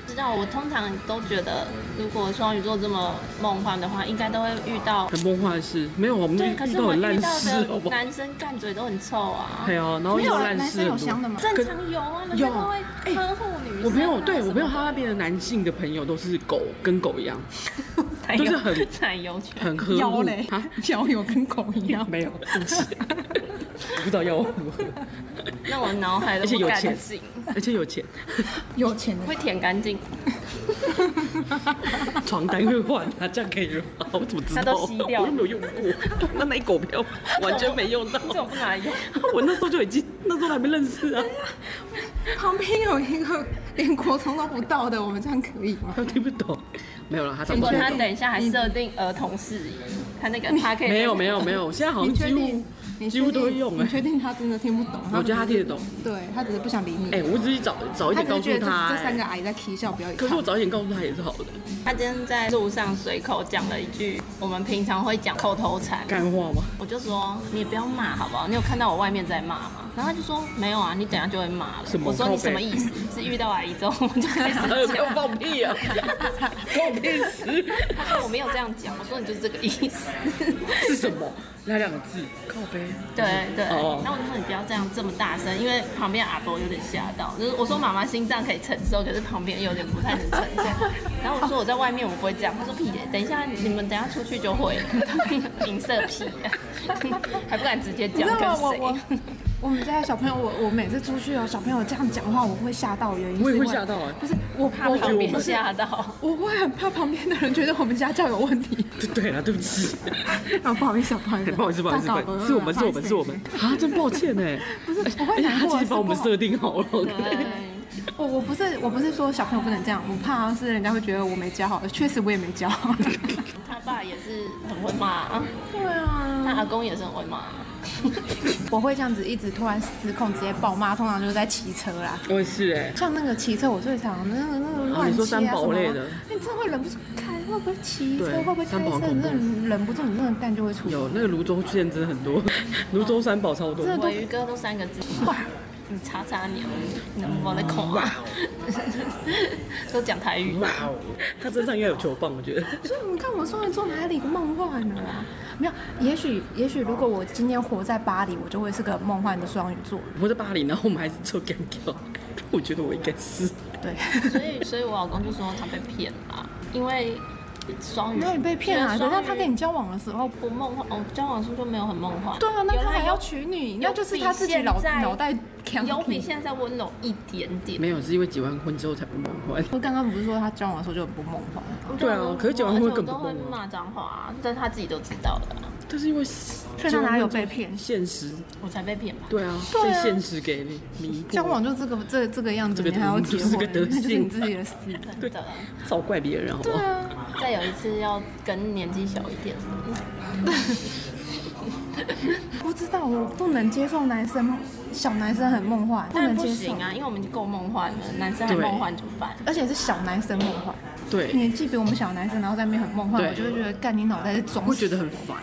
知道我通常都觉得，如果双鱼座这么梦幻的话，应该都会遇 到。很梦幻的事，没有，我们对，可遇是到我很遇烂到事，好的不好？男生干嘴都很臭啊 对。啊，然后没遇有到人烂男事哦生 有很香的多。吗？正常有啊，人家都会呵护女生啊、哎我朋友对我朋友什他么那边的男性的朋友都是狗，跟狗一样，的奶就油是很奶油犬，很呵腰护嘞啊。，腰有跟狗一样。没有，对不起，我不知道要如何，让我脑海 都而且不有干钱净，而且有钱，有钱的会舔干净，床单会换啊，这样可以吗？我怎么知他道？都吸掉我又没有用过， 那那狗票完全没用到。这种不拿来用。我那时候就已经，那时候还没认识啊，旁边有一个连国中都不到的，我们这样可以吗？他听不懂。没有了，他差如不哎果多。他等一下还设定儿童事宜，他那个他可以嗯没有没有没有，我现在好你像确几乎定？你几乎确定都会用你哎、确定他真的听不懂？我觉得他听得懂。对他只是不想理你。哎、我自己早早一他点只告诉是觉得他、这这三个哎阿姨在 K 笑，不要理他可是我早一点告诉他也是好的。他今天在路上随口讲了一句我们平常会讲口头禅，干话 吗？我就说你也不要骂好不好？你有看到我外面在骂吗？然后他就说没有啊，你等一下就会骂了。什么我说靠你北什么意思？是遇到阿姨之后我就开始 哎呦，给我讲。放屁啊！给我屁事！他说我没有这样讲，我说你就是这个意思。是什么？那两个字，靠背。对对，哦然后我就说你不要这样这么大声，因为旁边阿伯有点吓到。就是我说妈妈心脏可以承受，可是旁边有点不太能承受。然后我说我在外面我不会这样，他说屁耶、等一下你们等一下出去就会 了，影射屁、啊，还不敢直接你讲知道跟吗？我谁。我 我们家的小朋友，我我每次出去哦，小朋友这样讲话，我会吓到。原因是我也会因为吓到哎不是我怕旁我我觉得边们吓到，我会很怕旁边的人觉得我们家教有 问题。对对了，对不起，啊，不好意思啊，不好意思，哎不好意思，不好意思，不大搞好意思是我们，是我们，是我们。啊，真抱歉哎。不是我而会且难他过，其实把我们是不好设定好了。对，我我不是我不是说小朋友不能这样，我怕是人家会觉得我没教好，确实我也没 教好。他爸也是很会骂啊，对他啊，阿公也是很会骂啊。我会这样子一直突然失控，直接爆骂，通常就是在骑车啦。我也是哎。像那个骑车，我最常那个那个哦乱你说骑啊三什宝么类的，你真的会忍不住开，会不会骑车，对会不会开三宝车，很恐你怖真的忍不住，你那个蛋就会出来。有那个泸州县真的很多，泸州三宝超多。这我鱼哥都三个字，哇，你查查你，能不能恐啊？ 都讲台语，哇哦，他身上应该有球棒，我觉得。所以你看我双鱼座哪里梦幻了啊？没有，也许也许如果我今天活在巴黎，我就会是个梦幻的双鱼座。我在巴黎，然后我们还是做干掉，我觉得我应该是。对，所以所以我老公就说他被骗了，因为双鱼，那你被骗因啊？为等双下鱼他跟你交往的时候，不梦幻，哦，交往是不是就没有很梦幻？对啊，那有他啦还有要娶你，那就是比他自己脑现在脑袋强有比皮。现在温柔一点点。没有，是因为结完婚之后才不梦幻。我刚刚不是说他交往的时候就很不梦幻？对啊可是结完婚会更不而且我都梦会啊骂脏话啊，但是他自己都知道的啊，但是因为所以他哪有被骗现实，我才被骗吧。对啊，对被啊现实给迷惑。交往就这个这这个样子，这个你还要德结就是婚，个那德啊就是你性自己的事。真的，少怪别人好不对好？啊，再有一次要跟年纪小一点的，不知道，我不能接受男生小男生很梦幻，不但能不接受行，啊，因为我们已经够梦幻了，男生还梦幻怎么办？而且是小男生梦幻，对，年纪比我们小的男生，然后在那边很梦幻，对我就会觉得干你脑袋是装死，会觉得很烦。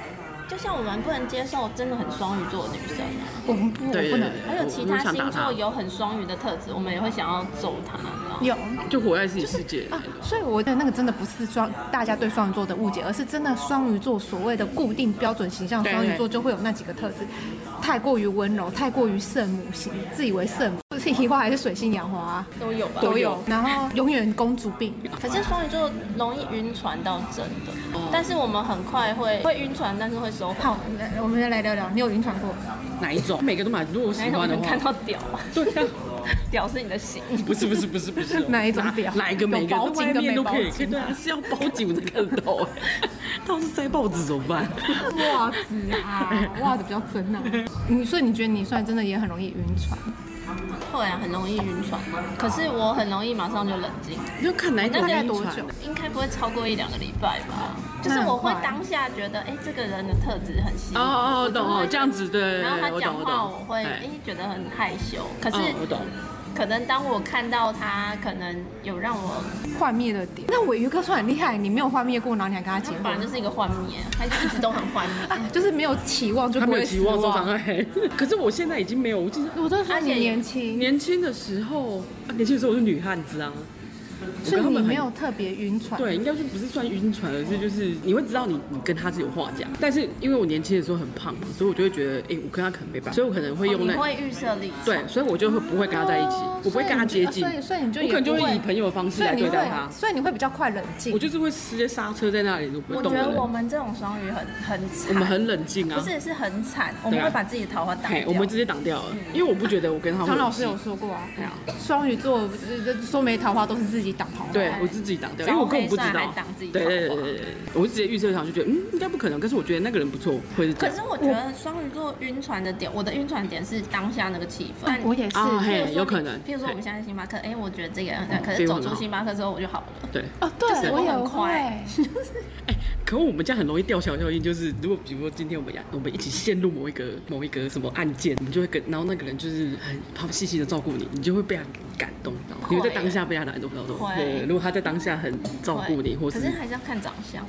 就像我们不能接受真的很双鱼座的女生啊，我们不我对不对能对还有其我他我想打星他座有很双鱼的特质，我们也会想要揍他，你知道吗？有。就活在自己世 界里啊，所以我觉得那个真的不是双大家对双鱼座的误解，而是真的双鱼座所谓的固定标准形象，对双鱼座就会有那几个特质，太过于温柔，太过于圣母型，自以为圣母，是移花还是水性杨花啊都有吧，都有，然后永远公主病，可是双鱼座容易晕船到真的，但是我们很快会会晕船，但是会收获。好，来我们来聊聊，你有晕船过？哪一种？每个都买，如果我喜哪一种欢的能看话，到屌 啊？对啊，屌是你的型，不是不是不是不是，哪一种哪表哪一个有每个包都巾外跟面没都包可以巾看，对啊，是要包紧我才看得到哎。到是塞报纸怎么办？袜子啊， 袜子比较真啊。你所以你觉得你算真的也很容易晕船？会啊，很容易晕船。可是我很容易马上就冷静，要看哪一种大概晕多船久应该不会超过一两个礼拜吧。就那是很我会快当下觉得，哎、这个人的特质很吸引哦我。哦哦，我就懂会哦，这样子对。然后他我讲懂话，我哦会哎、哎觉得很害羞。可是嗯我懂，可能当我看到他，可能有让我，幻灭的点？那尾鱼哥算很厉害，你没有幻灭过，然后你还跟他他结本来婚就，是一个幻灭，他就一直都很幻灭。啊，就是没有期望就他不没有会期失望受伤害。哎 可是我现在已经没有，我记得我都说而你且年轻，年轻的时候，啊年轻的时候我是女汉子啊，我所跟以他你们没很有特别晕船。对，应该就不是算晕船，而是就是你会知道你你跟他是有话讲，但是因为我年轻的时候很胖嘛，所以我就会觉得，哎、我跟他可能没办法，所以我可能 会哦用你那、会预设立场，对，所以我就会不会跟他在一起，哦我不会跟他接近，所以你就所以所以我你就也可能就不会会以朋友的方式所以来你对待会，他，所以你会比较快冷静我。就是会直接刹车在那里，我不我会觉动得的人我们这种双鱼很很惨，我们很冷静啊不，是是很惨，我对们啊会把自己的桃花打掉嘿，。我们直接挡掉了，因为我不觉得我跟他会嗯唐有老师戏有说过啊，对啊，双鱼座呃说没桃花都是自己挡桃花。对我自己挡掉，因为我根本不知招黑道算还挡自己，对对对桃花对对，我就直接预测上就觉得，嗯，应该不可能，可是我觉得那个人不错，会是这可样是我觉得双鱼座晕船的点，我的晕船点是当下那个气氛。我也是。啊，譬如说嘿，你有可能，譬如说我们嘿哦现在星巴克，哎，我觉得这个人很可爱，可非是常走好出星巴克之后我就好了。对。哦，对就是，我我也很会快。可我们家很容易吊桥效应，就是如果比如说今天我们呀，我们一起陷入某一个某一个什么案件，我们就会跟，然后那个人就是很他细心的照顾你，你就会被他感动到，会你会在当下被他感动到。会对，如果他在当下很 照顾你，对或可是是还是要看长相。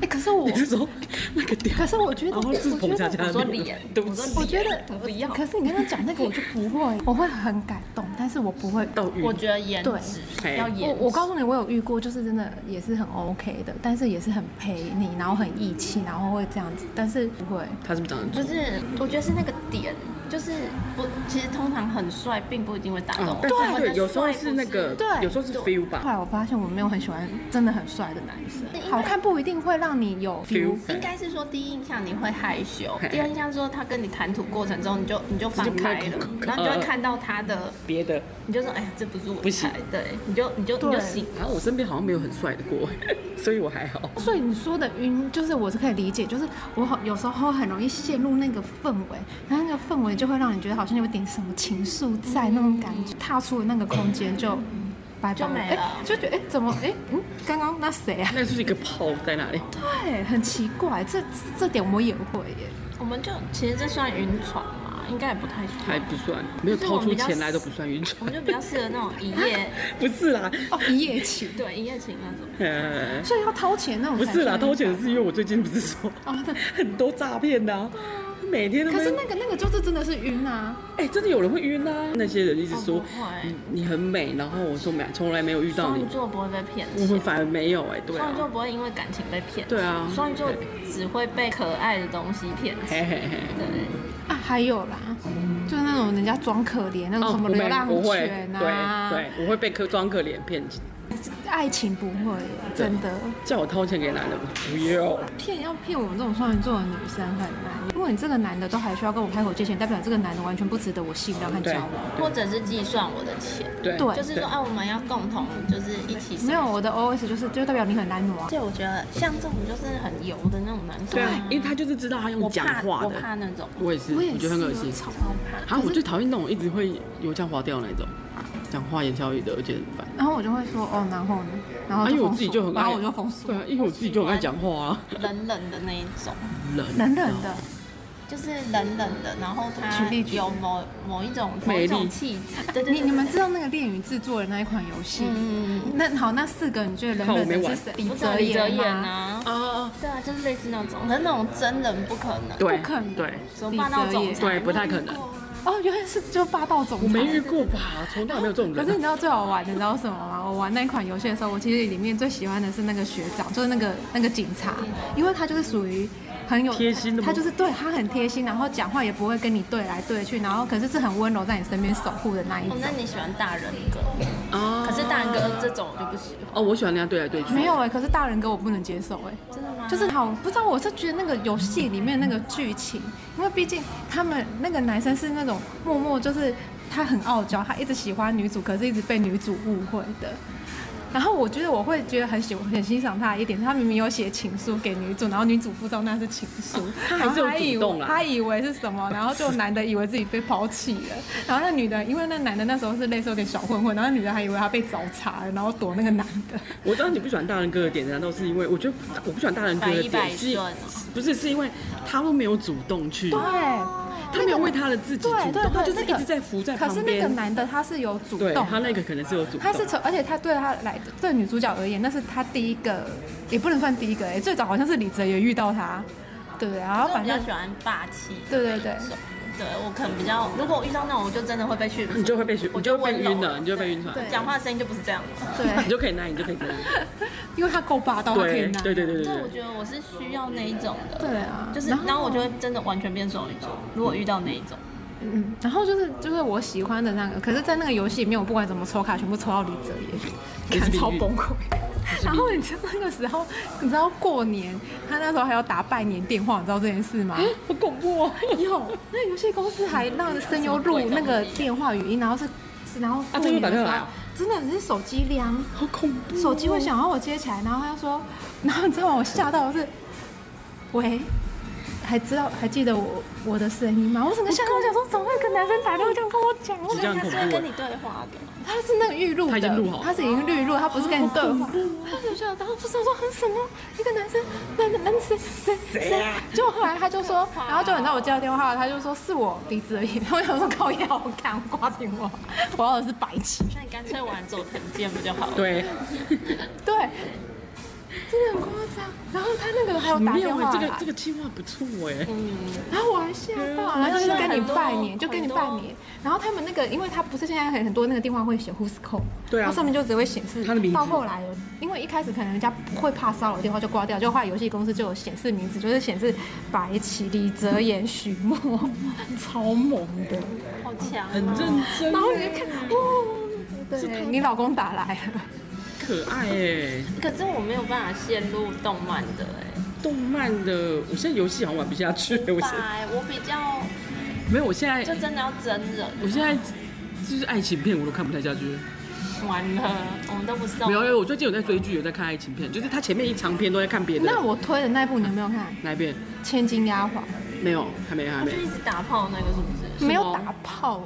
哎，可是我你是说那个屌，可是我觉得，然我后是彭觉佳得。佳我的说那个脸，呃对不起，我觉得我不要可是你刚刚讲那个，我就不会，我会很感动，但是我不会。到晕我觉得颜对值嘿要颜我值。我告诉你，我有遇过，就是真的也是很 OK 的，但是也是很陪你，然后很义气，然后会这样子，但是不会。他是不是长得就丑？是我觉得是那个点，就是不，其实通常很帅并不一定会打动嗯我。但我是们的对，有时候哦帅是不那个，对有时候是 feel 后吧，来我发现我没有很喜欢真的很帅的男生对因，为好看不一定会让你有 feel feel。应该是说第一印象你会害羞嘿，第二印象是说他跟你谈吐过程中你就你就放开就了看，然后你就会看到他的，别的。你就说哎呀这不是我不行菜，对，你就你就对你就醒。然后啊我身边好像没有很帅的过， 所以我还好。所以你说的晕，就是我是可以理解，就是我好有时候很容易陷入那个氛围，然后那个氛围就会让你觉得好像有点什么情愫在那种感觉，踏出了那个空间就拜拜就没了哎就觉得哎、怎么哎、嗯刚刚那谁啊？那就是一个泡在那里，对，很奇怪，这这这点我也会耶。我们就其实这算晕船嘛，应该也不太还算，不算，没有就是掏我们出比较钱来都不算晕我船 们。就比较适合那种一夜，不是啦，哦，一夜情对一夜情那 种。呃，所以要掏钱那种不才晕船。是啊啦，偷钱是因为我最近不是说哦，那很多诈骗的啊，每天都可被是那个那个就是真的是晕啊，哎、真的有人会晕啊！那些人一直说、嗯哦不会你你很美，然后我说没，从来没有遇到双你鱼，座不会被骗我钱们，反而没有哎、对双鱼座啊，不会因为感情被骗，对啊双鱼座只会被可爱的东西骗钱。嘿嘿嘿，对，啊还有啦，就是那种人家装可怜那种什哦我么流没浪我会，犬啊，对对，我会被客装可怜骗，对，爱情不会对真的。叫我掏钱给男的，我不要，骗要骗我们这种双鱼座的女生很难。如果你这个男的都还需要跟我开口借钱，代表这个男的完全不值得我信任和交对往。或者是计算我的钱，对对就是说，哎、我们要共同就是一起。没有，我的 OS 就是，就代表你很难挪啊而。且我觉得像这种就是很油的那种男生，对啊，因为他就是知道他用哎我讲怕话我的，怕那种，我也是，我也是觉得很恶心。超怕啊，我最讨厌那种一直会油腔滑调的那种，讲花言巧语的，而且很烦。然后我就会说哦，然后呢？然后啊，因就为我封自己锁就很爱，然后我就封锁对，啊，因为我自己就很爱讲话啊，冷冷的那一种，冷冷冷的，就是冷冷的，然后举他例举有某某一种某魅一力啊种气质，对对对，你你们知道那个恋与制作的那一款游戏？嗯嗯嗯那好，那四个你觉得冷靠我冷没的玩是谁？不知道哲李哲言言吗？啊，啊啊啊！对啊，就是类似那种，可是那种真人不可能，对，不可能对，什么霸道总裁，对不太可能哦，原来是就霸道总裁。我没遇过吧，从哦来没有这种可是你人。啊知道最好玩的，你知道什么吗？我玩那款游戏的时候，我其实里面最喜欢的是那个学长，就是那个那个警察，因为他就是属于很有贴心的吗他就是对他很贴心，然后讲话也不会跟你对来对去，然后可是是很温柔在你身边守护的那一哦种，。那你喜欢大人哥？啊可是大人哥这种我就不喜欢，哦，我喜欢跟他对来对去。没有哎、可是大人哥我不能接受哎、真的吗？就是好，不知道我是觉得那个游戏里面那个剧情，因为毕竟他们那个男生是那种默默就是他很傲娇，他一直喜欢女主，可是一直被女主误会的。然后我觉得我会觉得很喜很欣赏他的一点，他明明有写情书给女主，然后女主不知道那是情书， 他还是有然后以主动啊为啦他以为是什么，然后就男的以为自己被抛弃了，然后那女的因为那男的那时候是类似有点小混混，然后那女的还以为他被找茬了，然后躲那个男的。我知道你不喜欢大人哥的点，难道是因为我觉得我不喜欢大人哥百的依百点是顺，不是是因为他都没有主动去，啊对，他没有为他的自己主对动，对对，他就是那个一直在浮在可旁是那个边。男的他是有主对动，他那个可能是有主动，他是从，而且他对他来对女主角而言，那是他第一个，也不能算第一个哎、最早好像是李哲也遇到他，对不对？然后我反比较正喜欢霸气的对对对，那种，对我可能比较，如果我遇到那种，我就真的会被驯服，你就会被我你就会温被柔晕了，你就会被晕船，对讲话声音就不是这样了。你对，就可以那，你就可以这样。因为他够霸道，他哦可以对拿，对对对对对，对我。觉得我是需要那一种的，对啊就是然后然后我就会真的完全变双鱼座，如果遇到那一种，嗯，然后就是就是我喜欢的那个，可是，在那个游戏里面，我不管怎么抽卡，全部抽到李哲 也，也是看比喻超崩溃。然后你知道那个时候，你知道过年他那时候还要打拜年电话，你知道这件事吗？ 好恐怖哦！有，那游戏公司还让声优录那个电话语音，然后是，是然后啊真有打电话来啊真的只是手机凉，好恐怖哦、手机会想要我接起来，然后他就说， 然后你知道吗？我吓到的是，喂，还知道还记得我我的声音吗？我整个吓到，我想说怎么会有个男生打电话这样跟我讲？是这样他恐是怖会欸跟你对话的，他是那个预录的，他已经录好了啊他是已经预录，他不是跟你对话。他就吓到，不是说很什么一个男生，那那那谁谁谁？啊就后来他就说，然后就你知道我接到电话，他就说是我 离职而已。我想说靠腰，我看我挂电话，我要的是白痴。那你干脆玩佐藤健不就好了？对，对，真的很夸张。然后他那个还有好打妙电哎，话这来个啊这，个计划不错哎，然后我还吓到，啊然后就跟你拜年，就跟你拜很年。然后他们那个，因为他不是现在很很多那个电话会写 Who's Call，对啊它上面就只会显示他的名字到后来有，因为一开始可能人家不会怕骚扰电话就挂掉，就后来游戏公司就有显示名字，就是显示白起、李哲言、许墨，超萌的。好强、哦很认真，然后你就看，哦，对你老公打来了，可爱哎。可是我没有办法陷入动漫的哎、动漫的，我现在游戏好像玩不下去，我欸，现爸欸我比较没有，我现在就真的要真人我现在就是爱情片我都看不太下去。完了，我们都不知哦道没有，没有我最近有在追剧，有在看爱情片，就是他前面一长篇都在看别的。那我推的那一部你有没有看？哪一遍？ 《千金丫鬟没有，还没，还他没就。一直打炮那个是不是？》没有打炮，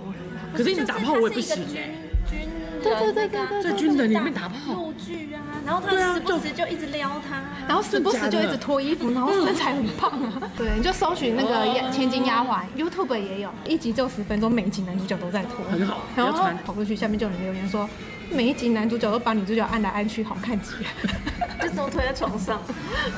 可是一直打炮我也不行就是他是一哎。个军军人对对对那对个啊对在军人里面打炮陆剧啊，然后对啊他时不时就一直撩他啊，然后时不时就一直脱衣服，然后身材很棒啊。 对，你就搜寻那个哦千金丫鬟，YouTube 也有，一集就十分钟，每一集男主角都在脱，很好然不要后穿跑过去下面就有人留言说，每一集男主角都把女主角按来按去，好看 极了。就都推在 床上，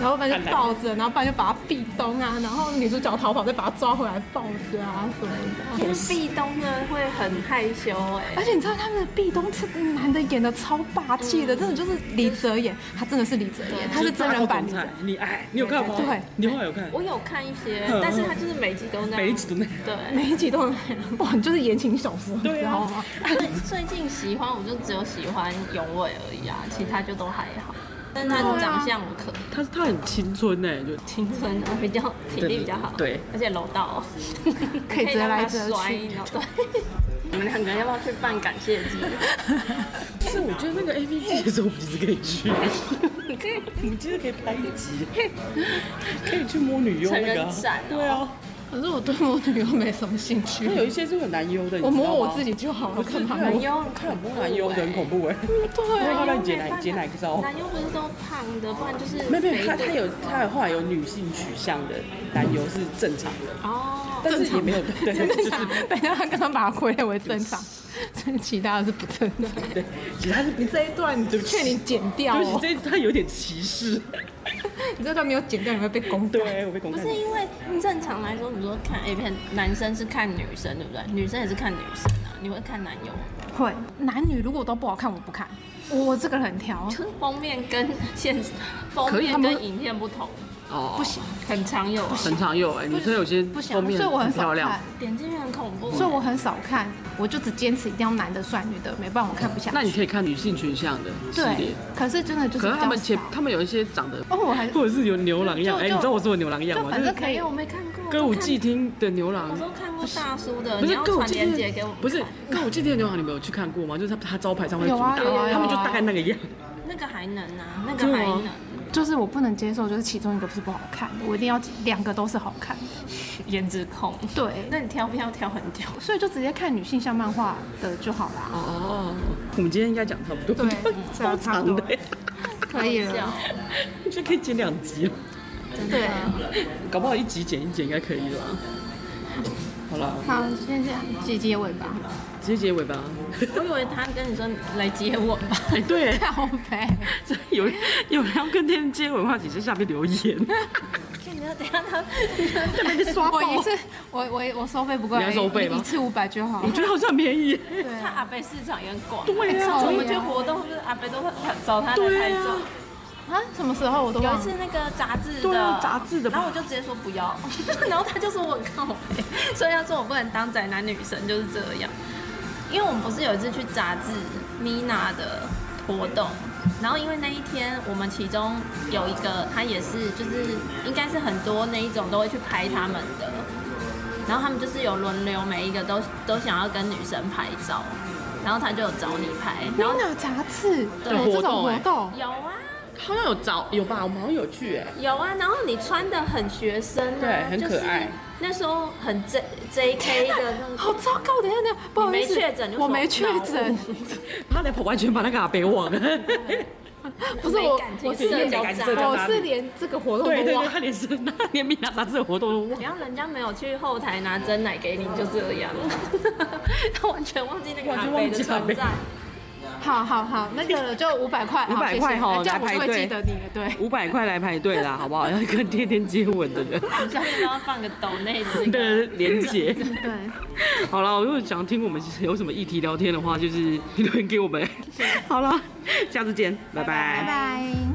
然后不然就抱着，然后不然就把他壁咚啊，然后女主角逃跑再把他抓回来抱着啊什么的。因为壁咚呢会很害羞哎、而且你知道他们的壁咚是男的演的超霸气的，真的就是李泽演，他真的是李泽演，他是真人版李就是泽大。头总裁你哎，你有看吗？对你后来有看？我有看一些嗯，但是他就是每集都那样，每一集都那样对。每一集都很哇，你就是言情小说，你知道吗？最最近喜欢我就只有喜欢永伟而已啊，其他就都还好。但他对啊长相我可他他很青春哎，就青春，比较体力比较好，对对而且柔道可以折来折去可以让他摔对， 你们两个人要不要去办感谢祭？是我觉得那个 A P G 的时候，我们其实可以 去，你可以我们其实可以拍一集，可以去摸女优成那人个啊展哦，对啊，可是我对魔女又没什么兴 趣它，有一些是很难优的，你知道我吗摸我自，己就好了，干嘛男男摸？优看很多男优的很恐 怖怖哎，对要啊不，然你截哪截哪个照？男优不是都胖的，不然就是没有没肥有，他的他有他有后来有女性取向的男优是正常 的，哦，但是也 没有对，就正是常。 等一下他刚刚把它归类为正常，所以其他的 是不正常。对，其实他是你这一段对不起劝你剪掉对不起，哦，这他有点歧视。 你这段没有剪掉你会被公干。对，我被公不开是。因为正常来说，你说看 A 片，男生是看女生对不对？女生也是看女生啊，你会看男优，会，男女如果都不好看，我不看。我这个人很挑，就是封面跟现封可以他面们跟影片不同，哦不，行，很常有啊。很常有哎，女生有些不行，封面所以我很很少漂亮看。，点进去很恐怖，所以我很少看，我就只坚持一定要男的帅，女的没，不然我看不下去。那你可以看女性群像的系对列，，可是真的就是可是他们比较前少他们有一些长得，哦，我还或者是有牛郎样，就哎，你就知道我说的牛郎样就吗？反就是正可没以有，我没看过歌舞伎我都看厅的牛郎我，都看过大叔的，不你是要歌舞传伎链厅接给的我们看，不是歌舞伎厅的牛郎，你们有去看过吗？就是他他招牌上面主有啊打，有啊有啊他们就大概那个样。那个还能啊，那真的个还吗能，就是我不能接受，就是其中一个是不好看的，我一定要两个都是好看的。颜值控。对，那你挑不挑？挑很久。 所以就直接看女性向漫画的就好啦。哦， 我们今天应该讲差不多， 对超长 的，可以啊了，就可以剪两集了，对，搞不好一集剪一剪应该可以了。好了，好，现在姐结尾 吧。直接结尾吧。 我以为他跟你说来接我 吧，哎，对，靠背，这有有人要跟天天接吻的话，请在下面留言。看你要等一下 他，在那边刷 我爆，一次，我我我收费不贵，你要收费吗一次五百就好我。觉得好像很便宜。对他阿北市场也很广。对呀上次啊我，们去活动，就是阿北都会找他来拍对照啊。，啊，什么时候我都有忘一了次。那个杂志对的啊杂志的吧然后我就直接说不要， 然后他就说我靠北，所以他说我不能当宅男女神就是这样。因为我们不是有一次去杂志 Mina 的活动，然后因为那一天我们其中有一个他也是就是应该是很多那一种都会去拍他们的，然后他们就是有轮流每一个都都想要跟女生拍照，然后他就有找你拍，然后 Mina 杂志对有活这种动活哎动，有啊。好像有找有吧，我们好像有去哎。有啊，然后你穿的很学生、啊，对很可爱。那时候很 J J K 的那好种， 糟糕！等一下，等一下，不好意思，你没确诊就说我没确诊，他来跑完全把那个阿北忘了。 不是我没感，情我是社连交感情渣社交我是连这个活动 对都对对，忘。 他连生连米娜杂志的活动都忘。然后人家没有去后台拿真奶给你，就这样， 他完全忘记那个完阿全贝忘的记阿存贝在。好好好，那个就 五百块，好500谢谢哎块哈这来样我就排会队记得你的。对，五百块来排队 啦，好不好？要跟天天接吻的人我们下面都要放个抖内的那 个。的连接。对， 好了，我如果想听我们有什么议 题聊天的话，就是评论给我们。好了，下次见，拜拜拜拜。